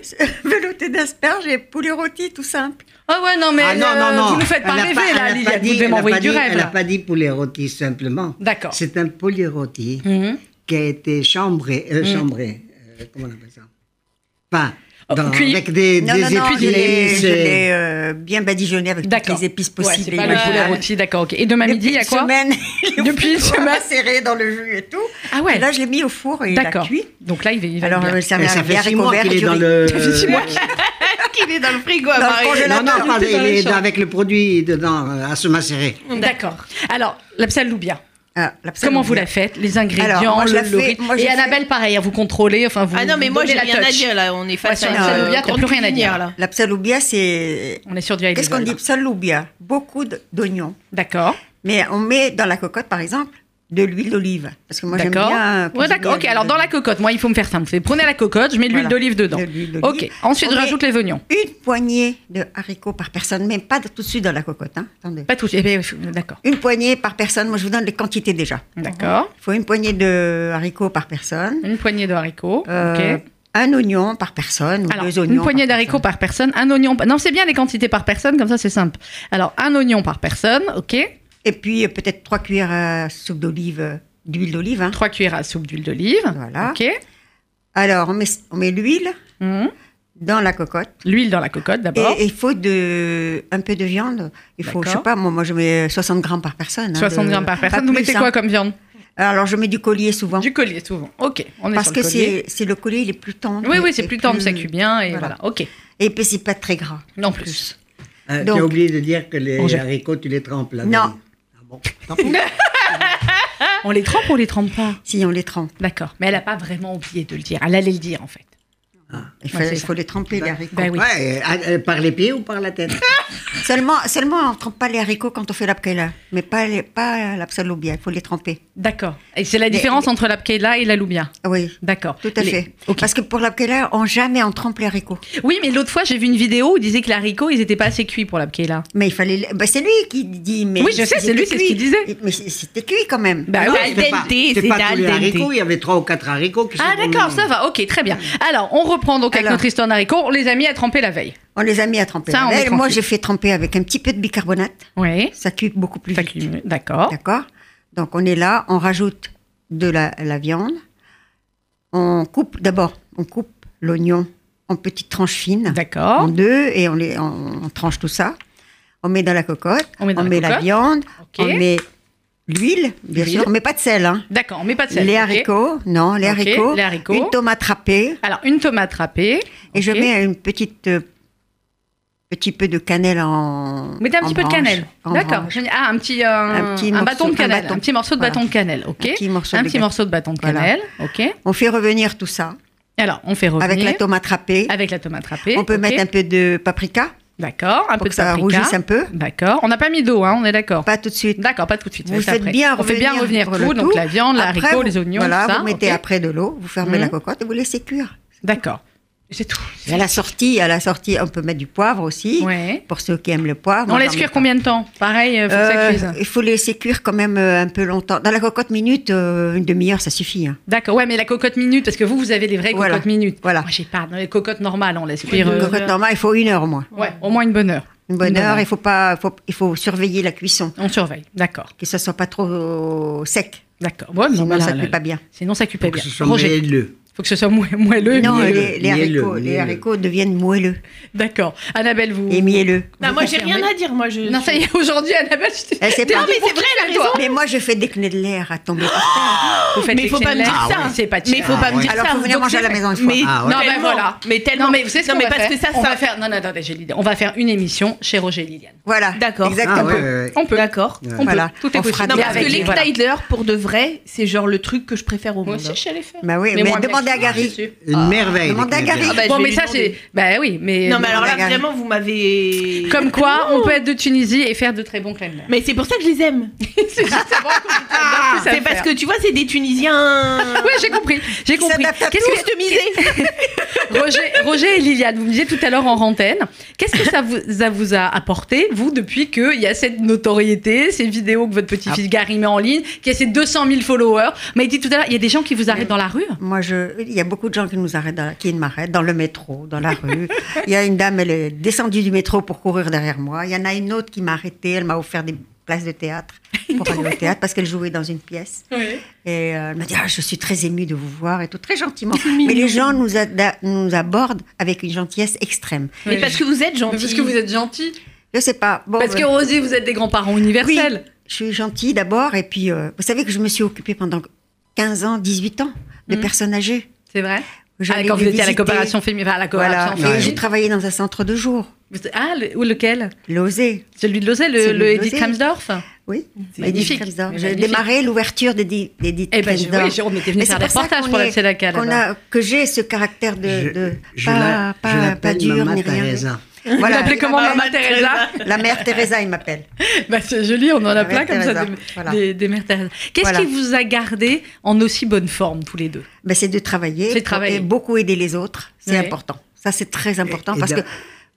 Speaker 3: velouté d'asperges et poulet rôti, tout simple.
Speaker 1: Ah ouais, non, mais
Speaker 4: Ah
Speaker 1: euh, vous nous faites pas
Speaker 4: Elle a
Speaker 1: rêver,
Speaker 4: elle
Speaker 1: là,
Speaker 4: a
Speaker 1: Liliane.
Speaker 4: dit-
Speaker 1: Vous devez
Speaker 4: elle a
Speaker 1: m'envoyer
Speaker 4: pas
Speaker 1: du
Speaker 4: dit-
Speaker 1: rêve.
Speaker 4: Elle n'a
Speaker 1: là.
Speaker 4: pas dit poulet rôti simplement.
Speaker 1: D'accord.
Speaker 4: C'est un poulet rôti
Speaker 1: Mhm.
Speaker 4: qui a été chambré, euh, chambré, euh, comment on appelle ça Enfin,
Speaker 1: Oh,
Speaker 4: dans-
Speaker 1: cuit.
Speaker 4: avec des,
Speaker 3: Non,
Speaker 4: des
Speaker 3: non, non,
Speaker 4: épices.
Speaker 3: je l'ai je
Speaker 4: et-
Speaker 3: l'ai, euh, bien badigeonné avec toutes
Speaker 1: D'accord.
Speaker 3: les épices
Speaker 1: Ouais,
Speaker 3: possibles.
Speaker 1: c'est
Speaker 3: et
Speaker 1: pas le poulet
Speaker 3: imaginables.
Speaker 1: rôti, d'accord, ok. Et demain midi, il y a quoi
Speaker 3: semaine,
Speaker 1: Depuis une semaine.
Speaker 3: serré dans le jus et tout.
Speaker 1: Ah ouais.
Speaker 3: Et là, je l'ai mis au four et il a
Speaker 1: D'accord.
Speaker 3: cuit.
Speaker 1: Donc là, il va, il va
Speaker 3: Alors,
Speaker 1: bien.
Speaker 3: euh, ça
Speaker 4: et
Speaker 3: m'a
Speaker 4: ça
Speaker 3: servi
Speaker 4: fait
Speaker 3: avec
Speaker 4: six mois
Speaker 3: verre
Speaker 4: qu'il
Speaker 3: et
Speaker 4: est
Speaker 3: du
Speaker 4: dans
Speaker 3: riz.
Speaker 4: le.
Speaker 2: qu'il est dans le frigo à
Speaker 3: Dans le
Speaker 2: Paris.
Speaker 3: congélateur.
Speaker 4: Non, non,
Speaker 3: Tout
Speaker 4: pas-
Speaker 1: est dans
Speaker 4: il
Speaker 1: le
Speaker 4: est
Speaker 1: champ.
Speaker 4: avec le produit dedans euh, à se macérer.
Speaker 1: D'accord. Alors, la psaloubia.
Speaker 3: Ah, la psaloubia.
Speaker 1: Comment vous la faites Les ingrédients,
Speaker 3: Alors, moi, je
Speaker 1: le,
Speaker 3: la
Speaker 1: le
Speaker 3: fais-
Speaker 1: riz.
Speaker 3: moi, je
Speaker 1: Et
Speaker 3: fais-
Speaker 1: Annabelle, pareil, à vous contrôler. Enfin, vous
Speaker 2: Ah non, mais moi,
Speaker 1: donnez
Speaker 2: j'ai
Speaker 1: la
Speaker 2: rien à
Speaker 1: touch.
Speaker 2: dire, là. On est face
Speaker 1: Ouais, sur
Speaker 2: à une
Speaker 1: le Loubia,
Speaker 2: euh,
Speaker 1: t'as
Speaker 2: grande
Speaker 1: plus rien à dire.
Speaker 2: cuisinière, là.
Speaker 3: La psaloubia, c'est.
Speaker 1: On est sur du high
Speaker 3: Qu'est-ce qu'on dit
Speaker 1: level.
Speaker 3: Psaloubia. Beaucoup d- d'oignons.
Speaker 1: D'accord.
Speaker 3: Mais on met dans la cocotte, par exemple, de l'huile d'olive. Parce que moi, j'aime
Speaker 1: D'accord.
Speaker 3: bien. euh,
Speaker 1: Ouais,
Speaker 3: cuisiner
Speaker 1: d'accord.
Speaker 3: avec
Speaker 1: Ok, alors
Speaker 3: de
Speaker 1: dans la
Speaker 3: l'huile
Speaker 1: cocotte, moi, il faut me faire simple. C'est Prenez la cocotte, je mets de l'huile
Speaker 3: Voilà.
Speaker 1: d'olive dedans.
Speaker 3: De l'huile d'olive.
Speaker 1: Ok. Ensuite,
Speaker 3: On
Speaker 1: je
Speaker 3: met-
Speaker 1: rajoute les oignons.
Speaker 3: d'olive. Une poignée de haricots par personne, même pas de- tout de suite dans la cocotte. Hein. Attendez.
Speaker 1: Pas tout. Eh bien, d'accord.
Speaker 3: Une poignée par personne. Moi, je vous donne les quantités déjà.
Speaker 1: D'accord.
Speaker 3: Il faut une poignée de haricots par personne.
Speaker 1: Une poignée de haricots.
Speaker 3: Euh,
Speaker 1: ok.
Speaker 3: Un oignon par personne ou
Speaker 1: Alors,
Speaker 3: deux oignons.
Speaker 1: une poignée
Speaker 3: par
Speaker 1: d'haricots
Speaker 3: personne.
Speaker 1: par personne, un oignon. par- Non, c'est bien les quantités par personne, comme ça c'est simple. Alors, un oignon par personne, ok.
Speaker 3: Et puis euh, peut-être trois cuillères à soupe d'olive, euh, d'huile d'olive. hein.
Speaker 1: Trois cuillères à soupe d'huile d'olive.
Speaker 3: Voilà.
Speaker 1: Ok.
Speaker 3: Alors on met, on met l'huile
Speaker 1: Mhm.
Speaker 3: dans la cocotte.
Speaker 1: L'huile dans la cocotte
Speaker 3: Et
Speaker 1: d'abord.
Speaker 3: et il faut de, un peu de viande. Il faut, je sais
Speaker 1: D'accord.
Speaker 3: pas, moi, moi je mets 60 grammes par personne. hein,
Speaker 1: 60
Speaker 3: de-
Speaker 1: grammes par
Speaker 3: pas
Speaker 1: personne. Vous
Speaker 3: plus,
Speaker 1: mettez
Speaker 3: hein.
Speaker 1: quoi comme viande
Speaker 3: Alors je mets du collier souvent.
Speaker 1: Du collier souvent. Ok. On est
Speaker 3: parce
Speaker 1: sur
Speaker 3: que
Speaker 1: le collier.
Speaker 3: c'est c'est le collier, il est plus tendre.
Speaker 1: Oui, oui,
Speaker 3: et-
Speaker 1: c'est
Speaker 3: et
Speaker 1: plus tendre, ça cuit bien et voilà.
Speaker 3: voilà.
Speaker 1: Ok.
Speaker 3: Et puis c'est pas très gras.
Speaker 1: Non plus.
Speaker 4: Euh,
Speaker 3: Donc-
Speaker 4: tu as oublié de dire que les
Speaker 1: On jette.
Speaker 4: haricots, tu les trempes là.
Speaker 3: Non.
Speaker 4: Ah bon Tant pis.
Speaker 1: On les trempe ou on les trempe pas
Speaker 3: Si on les trempe.
Speaker 1: D'accord. Mais elle a pas vraiment oublié de le dire. Elle allait le dire en fait.
Speaker 3: Il faut,
Speaker 1: Ouais, c'est
Speaker 3: il
Speaker 1: ça.
Speaker 3: faut les tremper, les haricots.
Speaker 1: Ben oui.
Speaker 4: Ouais, euh, euh, par les pieds ou par la tête
Speaker 3: Seulement, seulement on ne trempe pas les haricots quand on fait la préla. Mais pas, les, pas la psaloubia, il faut les tremper.
Speaker 1: D'accord. Et c'est la différence entre la pkeila et la loubia.
Speaker 3: Ah Oui.
Speaker 1: D'accord.
Speaker 3: Tout à
Speaker 1: Les-
Speaker 3: fait.
Speaker 1: Ok.
Speaker 3: Parce que pour la préla, on jamais on trempe les haricots.
Speaker 1: Oui, mais l'autre fois, j'ai vu une vidéo où il disait que les haricots, ils étaient pas assez cuits pour la pkeila.
Speaker 3: Mais il fallait. les- Bah, c'est lui qui dit. Mais
Speaker 1: Oui, je sais, c'est lui, c'est ce qu'il disait.
Speaker 3: Mais c- c'était cuit quand même.
Speaker 1: Bah
Speaker 2: Ah
Speaker 1: oui,
Speaker 2: ouais,
Speaker 4: C'était
Speaker 2: al
Speaker 4: pas-
Speaker 2: dente,
Speaker 4: c'était
Speaker 2: c'est
Speaker 4: pas
Speaker 2: al
Speaker 4: tous les
Speaker 2: dente.
Speaker 4: haricots, il y avait trois ou quatre haricots qui
Speaker 1: Ah
Speaker 4: sont
Speaker 1: d'accord, ça va, ok, très bien. Alors, on reprend donc avec
Speaker 3: Alors.
Speaker 1: notre histoire d'haricots, on les a mis à tremper la veille.
Speaker 3: On les a mis à tremper.
Speaker 1: Ça, on
Speaker 3: Mais
Speaker 1: est
Speaker 3: moi,
Speaker 1: tranquille.
Speaker 3: j'ai fait tremper avec un petit peu de bicarbonate.
Speaker 1: Oui.
Speaker 3: Ça cuit beaucoup plus vite.
Speaker 1: D'accord.
Speaker 3: D'accord Donc, on est là, on rajoute de la, la viande. On coupe, d'abord, on coupe l'oignon en petites tranches fines. En
Speaker 1: D'accord.
Speaker 3: deux, et on, les, on, on tranche tout ça. On met dans la cocotte.
Speaker 1: On met dans la cocotte.
Speaker 3: viande.
Speaker 1: Ok.
Speaker 3: On met l'huile, bien
Speaker 1: L'huile.
Speaker 3: sûr. On met pas de sel, hein.
Speaker 1: D'accord, on met pas de sel.
Speaker 3: les
Speaker 1: ok.
Speaker 3: haricots, non, les,
Speaker 1: Ok,
Speaker 3: haricots,
Speaker 1: les haricots.
Speaker 3: une tomate râpée,
Speaker 1: Alors, une tomate râpée.
Speaker 3: et je
Speaker 1: Ok.
Speaker 3: mets une petite, euh, petit peu de cannelle en.
Speaker 1: Vous mettez un
Speaker 3: en
Speaker 1: petit peu de
Speaker 3: branche,
Speaker 1: cannelle.
Speaker 3: en
Speaker 1: D'accord.
Speaker 3: branche.
Speaker 1: génial. Ah, un petit, euh, un,
Speaker 3: Un petit morceau-
Speaker 1: bâton de
Speaker 3: un
Speaker 1: cannelle. Un,
Speaker 3: bâton.
Speaker 1: petit morceau de
Speaker 3: Voilà.
Speaker 1: bâton de cannelle. Ok.
Speaker 3: Un petit morceau de
Speaker 1: petit
Speaker 3: gâteau.
Speaker 1: morceau de bâton de
Speaker 3: Voilà.
Speaker 1: cannelle. Ok.
Speaker 3: On fait revenir tout ça
Speaker 1: Alors, on fait revenir
Speaker 3: avec la tomate râpée.
Speaker 1: avec la tomate râpée.
Speaker 3: on peut
Speaker 1: ok.
Speaker 3: mettre un peu de paprika
Speaker 1: D'accord. Un peu
Speaker 3: pour que
Speaker 1: de
Speaker 3: ça
Speaker 1: paprika.
Speaker 3: rougisse un peu.
Speaker 1: D'accord. On n'a pas mis d'eau, hein, on est d'accord.
Speaker 3: Pas tout de suite.
Speaker 1: D'accord, pas tout de suite.
Speaker 3: Vous
Speaker 1: c'est
Speaker 3: faites
Speaker 1: après.
Speaker 3: bien
Speaker 1: On fait
Speaker 3: revenir,
Speaker 1: bien revenir
Speaker 3: pour
Speaker 1: tout,
Speaker 3: le
Speaker 1: donc
Speaker 3: tout.
Speaker 1: la viande,
Speaker 3: Après,
Speaker 1: l'haricot,
Speaker 3: vous-
Speaker 1: les oignons,
Speaker 3: Voilà,
Speaker 1: tout ça.
Speaker 3: vous mettez
Speaker 1: ok.
Speaker 3: après de l'eau, vous fermez
Speaker 1: Mhm.
Speaker 3: la cocotte et vous laissez cuire.
Speaker 1: D'accord. C'est tout.
Speaker 3: Et à la sortie, à la sortie, on peut mettre du poivre aussi
Speaker 1: Ouais.
Speaker 3: pour ceux qui aiment le poivre.
Speaker 1: On
Speaker 3: Moi,
Speaker 1: laisse
Speaker 3: j'en
Speaker 1: cuire
Speaker 3: mets
Speaker 1: combien de temps Pareil, euh, faut que ça
Speaker 3: Euh,
Speaker 1: cuise.
Speaker 3: Il faut laisser cuire quand même euh, un peu longtemps. Dans la cocotte minute, euh, une demi-heure, ça suffit. hein.
Speaker 1: D'accord, ouais, mais la cocotte minute, parce que vous, vous avez les vraies
Speaker 3: Voilà.
Speaker 1: cocottes minutes.
Speaker 3: Voilà.
Speaker 1: Moi, j'ai pas. Dans les cocottes normales, on laisse cuire.
Speaker 3: Une
Speaker 1: euh,
Speaker 3: cocotte normale, il faut une heure au moins.
Speaker 1: ouais, au moins une bonne heure.
Speaker 3: Une bonne
Speaker 1: Une
Speaker 3: heure,
Speaker 1: heure.
Speaker 3: il faut pas, faut- il faut surveiller la cuisson,
Speaker 1: On surveille. D'accord,
Speaker 3: que ça soit pas trop sec.
Speaker 1: d'accord. Bon, non,
Speaker 3: Sinon,
Speaker 1: Ah, voilà,
Speaker 3: ça
Speaker 1: là,
Speaker 3: cuit
Speaker 1: là.
Speaker 3: pas bien.
Speaker 1: Sinon, ça cuit pas
Speaker 4: que
Speaker 1: bien.
Speaker 4: ce soit
Speaker 1: Roger,
Speaker 4: moelleux.
Speaker 1: faut que ce soit moe- moelleux.
Speaker 3: Non,
Speaker 1: mielleux.
Speaker 3: les, les
Speaker 4: mielleux,
Speaker 3: haricots, les
Speaker 4: mielleux.
Speaker 3: haricots deviennent moelleux
Speaker 1: D'accord. Annabelle, vous.
Speaker 3: et mielleux.
Speaker 2: Non, moi j'ai rien
Speaker 1: confirmez
Speaker 2: à dire, moi je.
Speaker 1: Non, ça y est, aujourd'hui, Annabelle, je t'ai-
Speaker 3: Eh, c'est
Speaker 1: t'es
Speaker 3: pas-
Speaker 1: un peu
Speaker 3: mais
Speaker 2: c'est
Speaker 1: pour
Speaker 2: vrai,
Speaker 1: qui,
Speaker 2: elle a
Speaker 1: toi
Speaker 3: Mais moi, je fais des clés de l'air à tomber par
Speaker 1: Vous faites
Speaker 2: Mais
Speaker 1: les
Speaker 2: faut pas me dire
Speaker 1: chandelles.
Speaker 2: ça.
Speaker 1: Ah ouais, C'est pas
Speaker 2: Mais faut
Speaker 1: cher.
Speaker 2: pas me dire
Speaker 3: Alors,
Speaker 2: ça.
Speaker 3: faut venir
Speaker 2: Donc,
Speaker 3: manger à la
Speaker 2: c'est-
Speaker 3: maison une fois.
Speaker 2: Mais
Speaker 4: Ah ouais.
Speaker 2: non,
Speaker 1: Non,
Speaker 2: ben
Speaker 1: mais voilà.
Speaker 2: voilà. Mais tellement.
Speaker 1: Non, mais vous savez ce
Speaker 2: Non,
Speaker 1: qu'on
Speaker 2: mais
Speaker 1: va
Speaker 2: parce
Speaker 1: faire
Speaker 2: que ça,
Speaker 1: On
Speaker 2: ça-
Speaker 1: va faire. Non, non, attendez, j'ai l'idée. On va faire une émission chez Roger et Liliane.
Speaker 3: Voilà.
Speaker 2: D'accord.
Speaker 4: Ah,
Speaker 3: Exactement.
Speaker 4: ouais, ouais, ouais.
Speaker 1: On peut.
Speaker 2: D'accord.
Speaker 1: On
Speaker 3: Voilà.
Speaker 1: peut. Tout est
Speaker 3: On fera
Speaker 1: possible.
Speaker 3: des-
Speaker 2: Non,
Speaker 1: Mais
Speaker 2: parce
Speaker 1: avec
Speaker 2: que
Speaker 1: les-
Speaker 2: les
Speaker 1: voilà.
Speaker 2: Tidler, pour de vrai, c'est genre le truc que je préfère au
Speaker 1: Moi
Speaker 2: monde.
Speaker 1: aussi, je sais les faire.
Speaker 3: Bah oui, mais,
Speaker 1: moi, bien
Speaker 3: demandez à
Speaker 1: sûr,
Speaker 3: Gary.
Speaker 1: bien sûr.
Speaker 4: Une merveille.
Speaker 3: demande
Speaker 4: de
Speaker 3: à Gary.
Speaker 4: Canadiens.
Speaker 2: Ah bah,
Speaker 1: Bon,
Speaker 2: je vais
Speaker 1: mais
Speaker 2: lui
Speaker 1: ça,
Speaker 2: demander.
Speaker 1: c'est. Bah oui, mais.
Speaker 2: Non, mais alors là,
Speaker 3: Regarde.
Speaker 2: vraiment, vous m'avez.
Speaker 1: Comme quoi, on peut être de Tunisie et faire de très bons cleaners.
Speaker 2: Mais c'est pour ça que je les aime.
Speaker 1: c'est justement qu'on
Speaker 2: Ah, c'est parce que tu vois, c'est des Tunisiens.
Speaker 1: Ah, Oui, j'ai compris. J'ai compris.
Speaker 3: s'adaptent à
Speaker 1: Qu'est-ce que Roger, Roger et Liliane, vous me disiez tout à l'heure en rantaine, qu'est-ce que ça vous, ça vous a apporté, vous, depuis qu'il y a cette notoriété, ces vidéos que votre petit-fils Gary met en ligne, qu'il y a ces 200 000 followers Mais il dit tout à l'heure, il y a des gens qui vous arrêtent dans la rue
Speaker 3: Moi, je, il y a beaucoup de gens qui nous arrêtent, dans- qui m'arrêtent dans le métro, dans la rue. Il y a une dame, elle est descendue du métro pour courir derrière moi. Il y en a une autre qui m'a arrêtée. Elle m'a offert des places de théâtre pour aller au théâtre parce qu'elle jouait dans une pièce. Et euh, elle m'a dit ah, Je suis très émue de vous voir et tout, très gentiment. Mais les gens nous, ada- nous abordent avec une gentillesse extrême.
Speaker 2: Mais parce que vous êtes gentil.
Speaker 1: parce que vous êtes gentil.
Speaker 3: Je sais pas. Bon,
Speaker 1: Parce que
Speaker 3: euh,
Speaker 1: Rosie, vous êtes des grands-parents
Speaker 3: oui,
Speaker 1: universels.
Speaker 3: je suis gentille d'abord. Et puis, euh, vous savez que je me suis occupée pendant 15 ans, 18 ans de
Speaker 1: Mmh.
Speaker 3: personnes âgées.
Speaker 1: C'est vrai Ah,
Speaker 3: J'allais
Speaker 1: Quand vous
Speaker 3: les
Speaker 1: étiez à la
Speaker 3: visiter.
Speaker 1: coopération féminine, à la
Speaker 3: Voilà.
Speaker 1: coopération
Speaker 3: Et
Speaker 1: féminine.
Speaker 3: j'ai travaillé dans un centre de jour,
Speaker 1: Vous- Ah, le- ou lequel
Speaker 3: l'OSE.
Speaker 1: Celui de Lausanne, le,
Speaker 3: Celui de
Speaker 1: le Edith
Speaker 3: Lausanne.
Speaker 1: Kramsdorf
Speaker 3: Oui,
Speaker 1: C'est
Speaker 3: Edith
Speaker 1: magnifique.
Speaker 3: Kramsdor.
Speaker 1: Mais
Speaker 3: J'ai
Speaker 1: magnifique.
Speaker 3: démarré l'ouverture d'Edith d'Edith
Speaker 1: Eh ben, je-
Speaker 3: Kramsdor.
Speaker 1: oui, Jérôme était venu
Speaker 3: Mais
Speaker 1: faire
Speaker 3: c'est
Speaker 1: des
Speaker 3: pour ça
Speaker 1: reportages
Speaker 3: qu'on
Speaker 1: pour la
Speaker 3: est-
Speaker 1: Tzedaka,
Speaker 3: qu'on
Speaker 1: là-bas.
Speaker 3: a- Que j'ai ce caractère de. de
Speaker 4: je, je
Speaker 3: pas,
Speaker 4: la-
Speaker 3: pas,
Speaker 4: je
Speaker 3: pas
Speaker 4: l'appelle
Speaker 3: dur,
Speaker 4: Maman
Speaker 3: ni rien.
Speaker 4: Teresa.
Speaker 1: Vous l'appelez comment,
Speaker 3: la,
Speaker 1: Maman Teresa
Speaker 3: la mère Teresa, il m'appelle.
Speaker 1: Bah, c'est joli, on en a
Speaker 3: La
Speaker 1: plein
Speaker 3: mère
Speaker 1: comme ça,
Speaker 3: Teresa,
Speaker 1: des,
Speaker 3: voilà.
Speaker 1: des- des mères Teresa. Qu'est-ce
Speaker 3: Voilà.
Speaker 1: qui vous a gardé en aussi bonne forme, tous les deux
Speaker 3: Ben, c'est de travailler,
Speaker 1: C'est de travailler.
Speaker 3: et beaucoup aider les autres, c'est
Speaker 1: Ouais.
Speaker 3: important. Ça, c'est très important
Speaker 4: Et- et
Speaker 3: parce
Speaker 4: d'a-
Speaker 3: que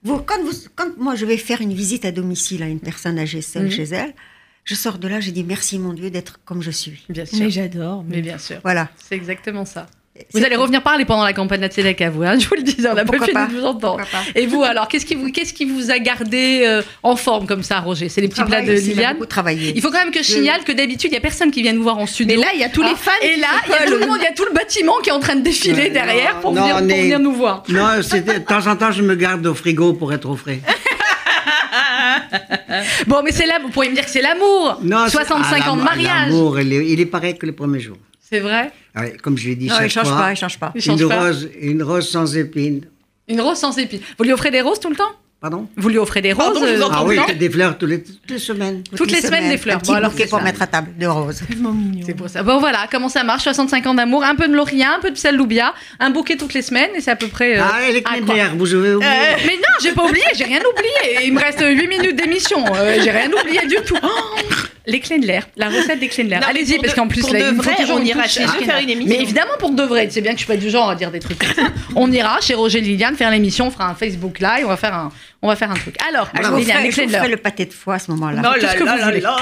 Speaker 3: vous, quand, vous, quand moi je vais faire une visite à domicile à une personne âgée seule
Speaker 1: Mhm.
Speaker 3: chez elle, je sors de là, j'ai dit merci mon Dieu d'être comme je suis.
Speaker 1: Bien sûr.
Speaker 2: Mais
Speaker 1: Mais,
Speaker 2: j'adore. Mais...
Speaker 1: bien sûr.
Speaker 3: Voilà.
Speaker 1: C'est exactement ça. Vous
Speaker 3: C'est-
Speaker 1: allez revenir parler pendant la campagne de la Tzedaka, vous, hein, je vous le disais, on n'a pas
Speaker 3: Pourquoi
Speaker 1: fini
Speaker 3: pas
Speaker 1: de vous entendre.
Speaker 3: Pourquoi pas
Speaker 1: Et vous, alors, qu'est-ce qui vous, qu'est-ce qui vous a gardé euh, en forme comme ça, Roger C'est les petits plats
Speaker 3: Travail
Speaker 1: de
Speaker 3: aussi, Ah, bah, il a
Speaker 1: Liliane
Speaker 3: beaucoup travaillé.
Speaker 1: Il faut quand même que je signale que d'habitude, il n'y a personne qui vient nous voir en
Speaker 2: Mais
Speaker 1: studio.
Speaker 2: là, il y a tous
Speaker 1: Ah,
Speaker 2: les fans.
Speaker 1: Et là, il y a tout le monde, il y a tout le bâtiment qui est en train de défiler
Speaker 4: Ouais,
Speaker 1: derrière
Speaker 4: non,
Speaker 1: pour,
Speaker 4: non,
Speaker 1: venir, pour
Speaker 4: on est-
Speaker 1: venir nous voir.
Speaker 4: Non, c'est- de temps en temps, je me garde au frigo pour être au frais.
Speaker 1: Bon, mais c'est l'amour. Vous pourriez me dire que c'est l'amour.
Speaker 4: Non, c'est-
Speaker 1: 65
Speaker 4: ah,
Speaker 1: ans de
Speaker 4: l'am-
Speaker 1: mariage.
Speaker 4: L'amour, il, est- il est pareil que les premiers jours.
Speaker 1: C'est vrai.
Speaker 4: Ah ouais, Comme je l'ai dit
Speaker 3: Non,
Speaker 4: chaque
Speaker 3: il change
Speaker 4: fois,
Speaker 3: pas, il change pas.
Speaker 1: Il change
Speaker 4: une
Speaker 1: pas.
Speaker 4: rose, une rose sans épines.
Speaker 1: Une rose sans épines. Vous lui offrez des roses tout le temps
Speaker 4: Pardon
Speaker 1: Vous lui offrez des roses
Speaker 2: Pardon, je vous
Speaker 1: euh,
Speaker 2: entends
Speaker 4: Ah
Speaker 2: tout
Speaker 4: oui,
Speaker 2: le temps
Speaker 4: des fleurs tous les- toutes les semaines.
Speaker 1: toutes les semaines, des fleurs.
Speaker 3: Un
Speaker 1: Bon,
Speaker 3: petit
Speaker 1: alors,
Speaker 3: bouquet
Speaker 1: c'est
Speaker 3: pour
Speaker 1: ça.
Speaker 3: mettre à table de roses.
Speaker 2: Tellement mignon.
Speaker 1: C'est pour ça. Bon, voilà, comment ça marche 65 ans d'amour, un peu de laurier, un peu de sel loubia, un bouquet toutes les semaines, et c'est à peu près. euh,
Speaker 4: Ah, elle est
Speaker 1: à
Speaker 4: Knebler,
Speaker 1: croire.
Speaker 4: vous avez oublié.
Speaker 1: Euh, mais non, j'ai pas oublié, j'ai rien oublié. Il me reste 8 minutes d'émission. euh, j'ai rien oublié du tout. Oh, les clés de l'air, la recette des clés de l'air.
Speaker 2: Non, mais
Speaker 1: Allez-y,
Speaker 2: pour
Speaker 1: parce
Speaker 2: de-
Speaker 1: qu'en plus,
Speaker 2: pour
Speaker 1: là,
Speaker 2: de
Speaker 1: il me faut
Speaker 2: vrai,
Speaker 1: toujours
Speaker 2: on
Speaker 1: une
Speaker 2: ira
Speaker 1: touche
Speaker 2: chez eux
Speaker 1: Ashkenaz.
Speaker 2: faire une émission.
Speaker 1: Mais évidemment, pour de vrai, c'est bien que je suis pas du genre à dire des trucs comme ça. On ira chez Roger Liliane faire l'émission, on fera un Facebook Live, on va faire un, on va faire un truc. Alors,
Speaker 3: Ah, je vous
Speaker 1: Liliane,
Speaker 3: ferai,
Speaker 1: les
Speaker 3: je
Speaker 1: clés
Speaker 3: vous
Speaker 1: de l'air.
Speaker 3: ferai le pâté de foie à ce moment-là.
Speaker 2: Oh
Speaker 1: tout ce
Speaker 2: là
Speaker 1: que
Speaker 2: là
Speaker 1: vous
Speaker 2: là
Speaker 1: voulez.
Speaker 2: là.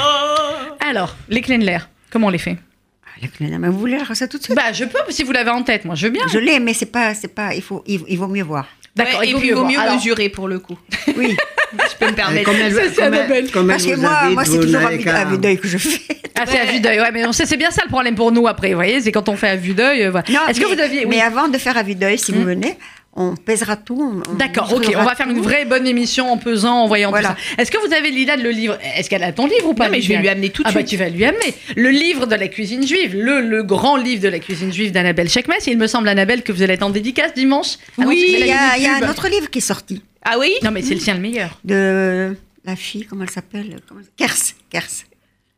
Speaker 1: Alors, les clés de l'air, comment on les fait
Speaker 3: Ah, la clé- mais vous voulez la recette tout de suite
Speaker 1: Bah, je peux, si vous l'avez en tête, moi, je veux bien.
Speaker 3: Je l'ai, mais c'est pas, c'est pas. Il faut, il, il vaut mieux voir.
Speaker 1: D'accord,
Speaker 2: Ouais,
Speaker 1: il
Speaker 2: et
Speaker 1: vaut
Speaker 2: puis
Speaker 1: mieux
Speaker 2: il vaut
Speaker 1: voir. Ah.
Speaker 2: mieux
Speaker 1: Alors,
Speaker 2: mesurer pour le coup.
Speaker 3: Oui,
Speaker 2: Je peux me
Speaker 4: Euh,
Speaker 2: permettre.
Speaker 4: Comme elle,
Speaker 1: Ça, c'est
Speaker 4: comme elle-
Speaker 1: Annabelle.
Speaker 4: comme elle
Speaker 3: parce que
Speaker 4: vous
Speaker 3: moi,
Speaker 4: invite,
Speaker 3: moi, c'est
Speaker 4: vous
Speaker 3: toujours à
Speaker 4: n'avez
Speaker 3: vue,
Speaker 4: qu'à-
Speaker 3: à vue d'œil que je fais.
Speaker 1: Ah, c'est à vue d'œil, ouais, mais on sait, c'est bien ça le problème pour nous après, vous voyez, c'est quand on fait à vue d'œil. euh, voilà.
Speaker 3: Non,
Speaker 1: Est-ce que
Speaker 3: mais-
Speaker 1: vous aviez. oui. Mmh.
Speaker 3: Mais avant de faire à vue d'œil, si vous venez, on pèsera tout. on- on
Speaker 1: D'accord, ok, on
Speaker 3: mesurera
Speaker 1: va faire une
Speaker 3: tout.
Speaker 1: vraie bonne émission en pesant, en voyant
Speaker 3: Voilà.
Speaker 1: tout ça. Est-ce que vous avez Lila de le livre Est-ce qu'elle a ton livre ou pas
Speaker 2: Non, mais je vais
Speaker 1: Liliane
Speaker 2: lui amener tout de
Speaker 1: Ah bah
Speaker 2: suite.
Speaker 1: tu vas lui amener le livre de la cuisine juive, le, le grand livre de la cuisine juive d'Annabelle Checkmes. Il me semble Annabelle que vous allez être en dédicace dimanche. Ah non,
Speaker 2: Oui,
Speaker 1: c'est
Speaker 3: Il y, a,
Speaker 1: la
Speaker 3: il y a
Speaker 1: YouTube.
Speaker 3: un autre livre qui est sorti
Speaker 2: Ah oui
Speaker 1: Non mais c'est le sien le meilleur.
Speaker 3: de la fille, comment elle s'appelle comment elle- Kers. Kers.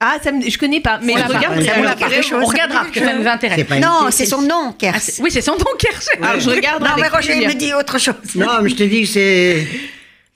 Speaker 2: Ah, ça me- je connais pas. Mais
Speaker 4: On l'a
Speaker 2: je
Speaker 4: pas,
Speaker 2: regarde.
Speaker 4: on l'a
Speaker 2: alors,
Speaker 3: pas.
Speaker 2: je-
Speaker 1: On
Speaker 3: Ça
Speaker 1: regardera
Speaker 3: veut
Speaker 1: parce
Speaker 3: dire
Speaker 1: que ça
Speaker 3: que-
Speaker 1: nous intéresse.
Speaker 4: C'est pas Bah, une-
Speaker 3: Non, c'est son nom, Kers.
Speaker 1: Ah, c'est- Ah, oui, c'est son don Kersh.
Speaker 2: Alors, Ah, je regarde.
Speaker 3: non, mais
Speaker 2: avec
Speaker 3: Roger il
Speaker 2: Julien.
Speaker 3: me dit autre chose.
Speaker 4: Non, mais je te dis, c'est.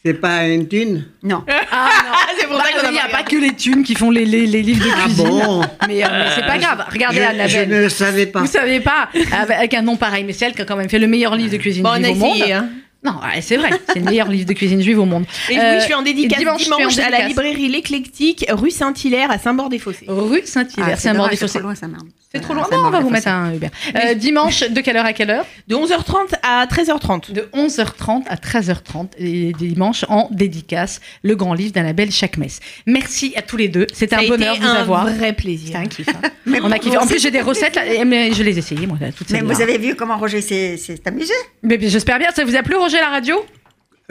Speaker 4: C'est pas une thune.
Speaker 3: Non.
Speaker 1: Ah non.
Speaker 2: Ah, c'est pour
Speaker 1: Bah,
Speaker 2: ça qu'on
Speaker 1: il n'y a pas
Speaker 2: regardé.
Speaker 1: que les thunes qui font les, les- les livres de
Speaker 4: Ah
Speaker 1: cuisine.
Speaker 4: bon
Speaker 1: mais euh, mais c'est pas grave. Regardez
Speaker 4: Je, je
Speaker 1: Annabelle.
Speaker 4: ne le savais pas.
Speaker 1: Vous savez pas, avec un nom pareil, mais celle qui a quand même fait le meilleur livre de cuisine
Speaker 2: Bon,
Speaker 1: juive
Speaker 2: on a
Speaker 1: au monde.
Speaker 2: essayé. hein.
Speaker 1: Non, ouais, c'est vrai, c'est le meilleur livre de cuisine juive au monde.
Speaker 2: Et
Speaker 1: Euh,
Speaker 2: oui, je suis en dédicace
Speaker 1: dimanche,
Speaker 2: dimanche,
Speaker 1: je suis en
Speaker 2: à la
Speaker 1: dédicace.
Speaker 2: librairie L'Éclectique, rue Saint-Hilaire à Saint-Bord-des-Fossés.
Speaker 1: Rue Saint-Hilaire,
Speaker 3: Ah,
Speaker 1: c'est un
Speaker 3: dommage,
Speaker 1: bord des
Speaker 3: c'est trop
Speaker 1: fossés.
Speaker 3: loin, ça Ah, merde.
Speaker 1: C'est trop loin.
Speaker 3: Ça
Speaker 1: Non, on
Speaker 3: merde,
Speaker 1: va vous
Speaker 3: faut
Speaker 1: mettre un Uber. Euh, dimanche, de quelle heure à quelle heure
Speaker 2: De 11h30 à 13h30.
Speaker 1: De 11h30 à 13h30, et dimanche, en dédicace, le grand livre d'Annabelle Chakmes. Merci à tous les deux. C'était
Speaker 2: Ça
Speaker 1: un
Speaker 2: a
Speaker 1: bonheur de
Speaker 2: été
Speaker 1: vous
Speaker 2: un
Speaker 1: avoir.
Speaker 2: vrai plaisir.
Speaker 1: C'était un kiff. hein.
Speaker 3: Mais
Speaker 1: On a
Speaker 3: bon,
Speaker 1: kiffé. En
Speaker 3: c'est-
Speaker 1: plus, j'ai des recettes, là, et- mais je les ai essayées, moi, toutes
Speaker 3: Mais
Speaker 1: celles-là.
Speaker 3: vous avez vu comment Roger s'est s'est amusé
Speaker 1: Mais bien, j'espère bien. Ça vous a plu, Roger, la radio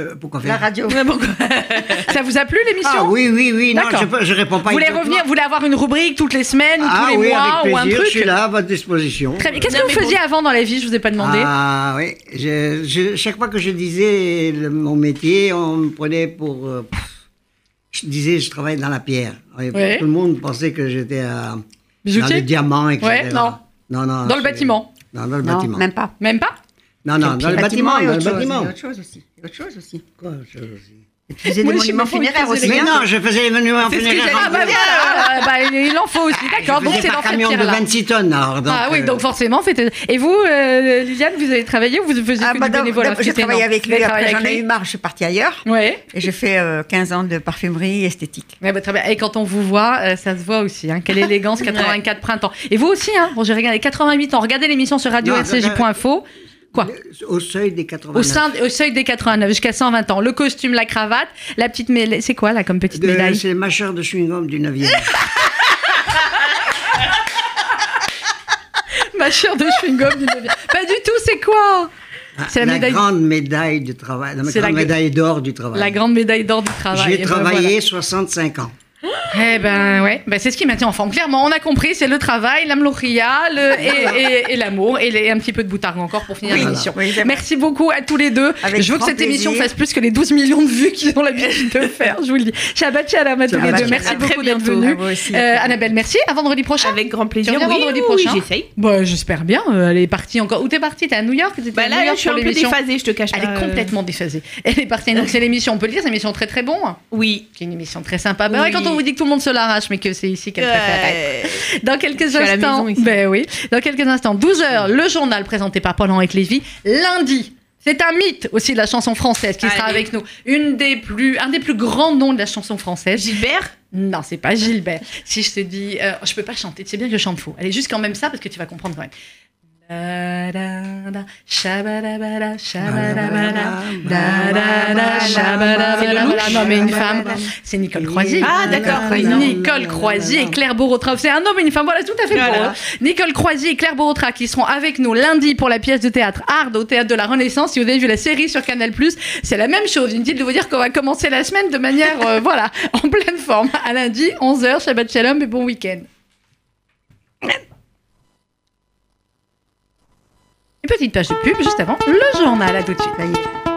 Speaker 4: Euh, pourquoi
Speaker 3: La
Speaker 4: faire
Speaker 3: radio.
Speaker 1: Ça vous a plu, l'émission
Speaker 4: Ah oui, oui, oui, non,
Speaker 1: D'accord.
Speaker 4: je, peux- je réponds pas.
Speaker 1: Vous voulez
Speaker 4: immédiatement.
Speaker 1: revenir Vous voulez avoir une rubrique toutes les semaines ou
Speaker 4: Ah
Speaker 1: tous les
Speaker 4: oui,
Speaker 1: mois
Speaker 4: avec
Speaker 1: ou un
Speaker 4: plaisir,
Speaker 1: truc
Speaker 4: je suis là à votre disposition.
Speaker 1: Très bien. Qu'est-ce que
Speaker 2: Non,
Speaker 1: vous
Speaker 2: mais bon.
Speaker 1: faisiez avant dans la vie Je vous ai pas demandé.
Speaker 4: Ah oui, je- je- chaque fois que je disais le- mon métier, on me prenait pour... euh, pff, je disais je travaille dans la pierre. Oui,
Speaker 1: Ouais.
Speaker 4: Tout le monde pensait que j'étais à dans
Speaker 1: Bijoutier
Speaker 4: le diamant, etc.
Speaker 1: Ouais, non.
Speaker 4: non, non.
Speaker 1: Dans le
Speaker 4: je-
Speaker 1: bâtiment.
Speaker 4: Non, dans le
Speaker 3: Non,
Speaker 4: bâtiment.
Speaker 3: même pas.
Speaker 1: Même pas
Speaker 4: Non, non, dans le bâtiment,
Speaker 3: et
Speaker 4: dans le
Speaker 3: autre chose,
Speaker 4: bâtiment.
Speaker 3: et autre chose aussi. et Autre chose aussi.
Speaker 4: Quoi, je- je-
Speaker 3: Et tu faisais des
Speaker 1: Moi, je sais
Speaker 3: monuments
Speaker 1: pas pourquoi il
Speaker 3: funéraires
Speaker 1: faisait
Speaker 3: aussi.
Speaker 4: Mais
Speaker 1: bien.
Speaker 3: hein.
Speaker 4: non, je faisais les monuments
Speaker 1: C'est ce que j'ai
Speaker 4: funéraires.
Speaker 1: Ah, bah, voilà, euh, bah, il- il en faut aussi. D'accord,
Speaker 4: Je
Speaker 1: donc
Speaker 4: faisais
Speaker 1: c'est
Speaker 4: par
Speaker 1: dans cette
Speaker 4: camion de
Speaker 1: pierre-là.
Speaker 4: 26 tonnes. alors,
Speaker 1: ah oui,
Speaker 4: euh,
Speaker 1: donc forcément, c'était. Et vous, euh, Liliane, vous avez travaillé ou vous faisiez
Speaker 3: Ah,
Speaker 1: que
Speaker 3: bah,
Speaker 1: du
Speaker 3: d'ab-
Speaker 1: bénévolat
Speaker 3: d'ab- J'ai
Speaker 1: C'était
Speaker 3: travaillé
Speaker 1: non.
Speaker 3: avec
Speaker 1: Vous avez
Speaker 3: lui, après
Speaker 1: travaillé
Speaker 3: j'en
Speaker 1: avec
Speaker 3: ai
Speaker 1: lui
Speaker 3: eu marre, je suis partie ailleurs.
Speaker 1: Ouais.
Speaker 3: Et j'ai fait euh, 15 ans de parfumerie esthétique.
Speaker 1: Ouais, bah, très bien. Et quand on vous voit, euh, ça se voit aussi. hein. Quelle élégance, 84 printemps. Et vous aussi, hein, Roger, regardez, 88 ans. Regardez l'émission sur radio
Speaker 4: Non,
Speaker 1: rcj.info. Quoi
Speaker 4: Au seuil des 80.
Speaker 1: au, sein, au seuil des 89 jusqu'à 120 ans. Le costume, la cravate, la petite médaille. C'est quoi là comme petite
Speaker 3: Euh,
Speaker 1: médaille
Speaker 4: C'est le mâcheur de chewing-gum du 9e.
Speaker 1: Ma chère de chewing-gum. du devenir. Pas du tout, c'est quoi C'est la médaille-
Speaker 4: grande médaille du travail. La
Speaker 1: C'est
Speaker 4: grande
Speaker 1: la-
Speaker 4: médaille d'or du travail.
Speaker 1: La grande médaille d'or du travail.
Speaker 4: J'ai
Speaker 1: Eh ben,
Speaker 4: travaillé 65 ans.
Speaker 1: voilà. Eh ben ouais, Ben, c'est ce qui m'a en forme. Clairement, on a compris, c'est le travail, l'amloria le... et, et- et l'amour, et, les- un petit peu de boutargue encore pour finir
Speaker 4: Oui,
Speaker 1: l'émission.
Speaker 3: oui, j'aime.
Speaker 1: Merci beaucoup à tous les deux.
Speaker 3: Avec
Speaker 1: je veux que
Speaker 3: grand
Speaker 1: cette émission
Speaker 3: plaisir.
Speaker 1: fasse plus que les 12 millions de vues qu'ils ont l'habitude de faire, je vous le dis. Shabbat shalom à tous les
Speaker 4: Shabbat
Speaker 1: deux.
Speaker 4: shalom.
Speaker 1: Merci
Speaker 2: À très
Speaker 1: beaucoup d'être
Speaker 2: bientôt.
Speaker 1: venus.
Speaker 3: À vous aussi.
Speaker 1: Euh, Annabelle, merci. À vendredi prochain.
Speaker 2: Avec grand plaisir.
Speaker 1: Tu reviens
Speaker 2: oui,
Speaker 1: vendredi
Speaker 2: oui,
Speaker 1: prochain
Speaker 2: oui, j'essaye.
Speaker 1: Bah, j'espère bien. Euh, Elle est partie encore. Où t'es partie T'es à New York T'étais à
Speaker 2: Bah
Speaker 1: New
Speaker 2: là,
Speaker 1: York
Speaker 2: je suis un
Speaker 1: pour
Speaker 2: peu
Speaker 1: l'émission
Speaker 2: déphasée, Euh. je te cache
Speaker 1: Elle
Speaker 2: pas.
Speaker 1: est complètement déphasée. Elle est partie. Donc c'est l'émission, on peut le dire, c'est une émission très très bon. hein.
Speaker 2: Oui.
Speaker 1: C'est une émission très sympa. Bah
Speaker 2: Oui.
Speaker 1: ouais, quand on vous dit que tout le monde se l'arrache, mais que c'est ici qu'elle préfère être.
Speaker 2: Euh,
Speaker 1: Dans quelques
Speaker 2: suis à la
Speaker 1: instants.
Speaker 2: maison ici.
Speaker 1: Ben oui. Dans quelques instants, 12h, le journal présenté par Paul-Henri Lévy, lundi. C'est un mythe aussi de la chanson française qui sera
Speaker 2: Allez.
Speaker 1: avec nous. Une des plus, un des plus grands noms de la chanson française.
Speaker 2: Gilbert
Speaker 1: Non, c'est pas Gilbert. Si je te dis, euh, je peux pas chanter. Tu sais bien que je chante faux. Allez, juste quand même ça parce que tu vas comprendre quand même. Da, da, da, shabadabada, shabadabada, da, da, da, shabadabada.
Speaker 2: C'est Lelouch
Speaker 1: Non, mais une femme, c'est Nicole Croisier.
Speaker 2: Ah, d'accord.
Speaker 1: Nicole Croisier et Claire Borotra. C'est un homme et une femme, voilà, tout à fait
Speaker 2: Voilà.
Speaker 1: pour eux. Nicole Croisier et Claire Borotra qui seront avec nous lundi pour la pièce de théâtre Hard au théâtre de la Renaissance. Si vous avez vu la série sur Canal c'est la même chose. Inutile de vous dire qu'on va commencer la semaine de manière, euh, voilà, en pleine forme. À lundi, 11h, Shabbat Shalom et bon week-end. Une petite page de pub juste avant le journal. À tout de suite.
Speaker 3: Ça y est.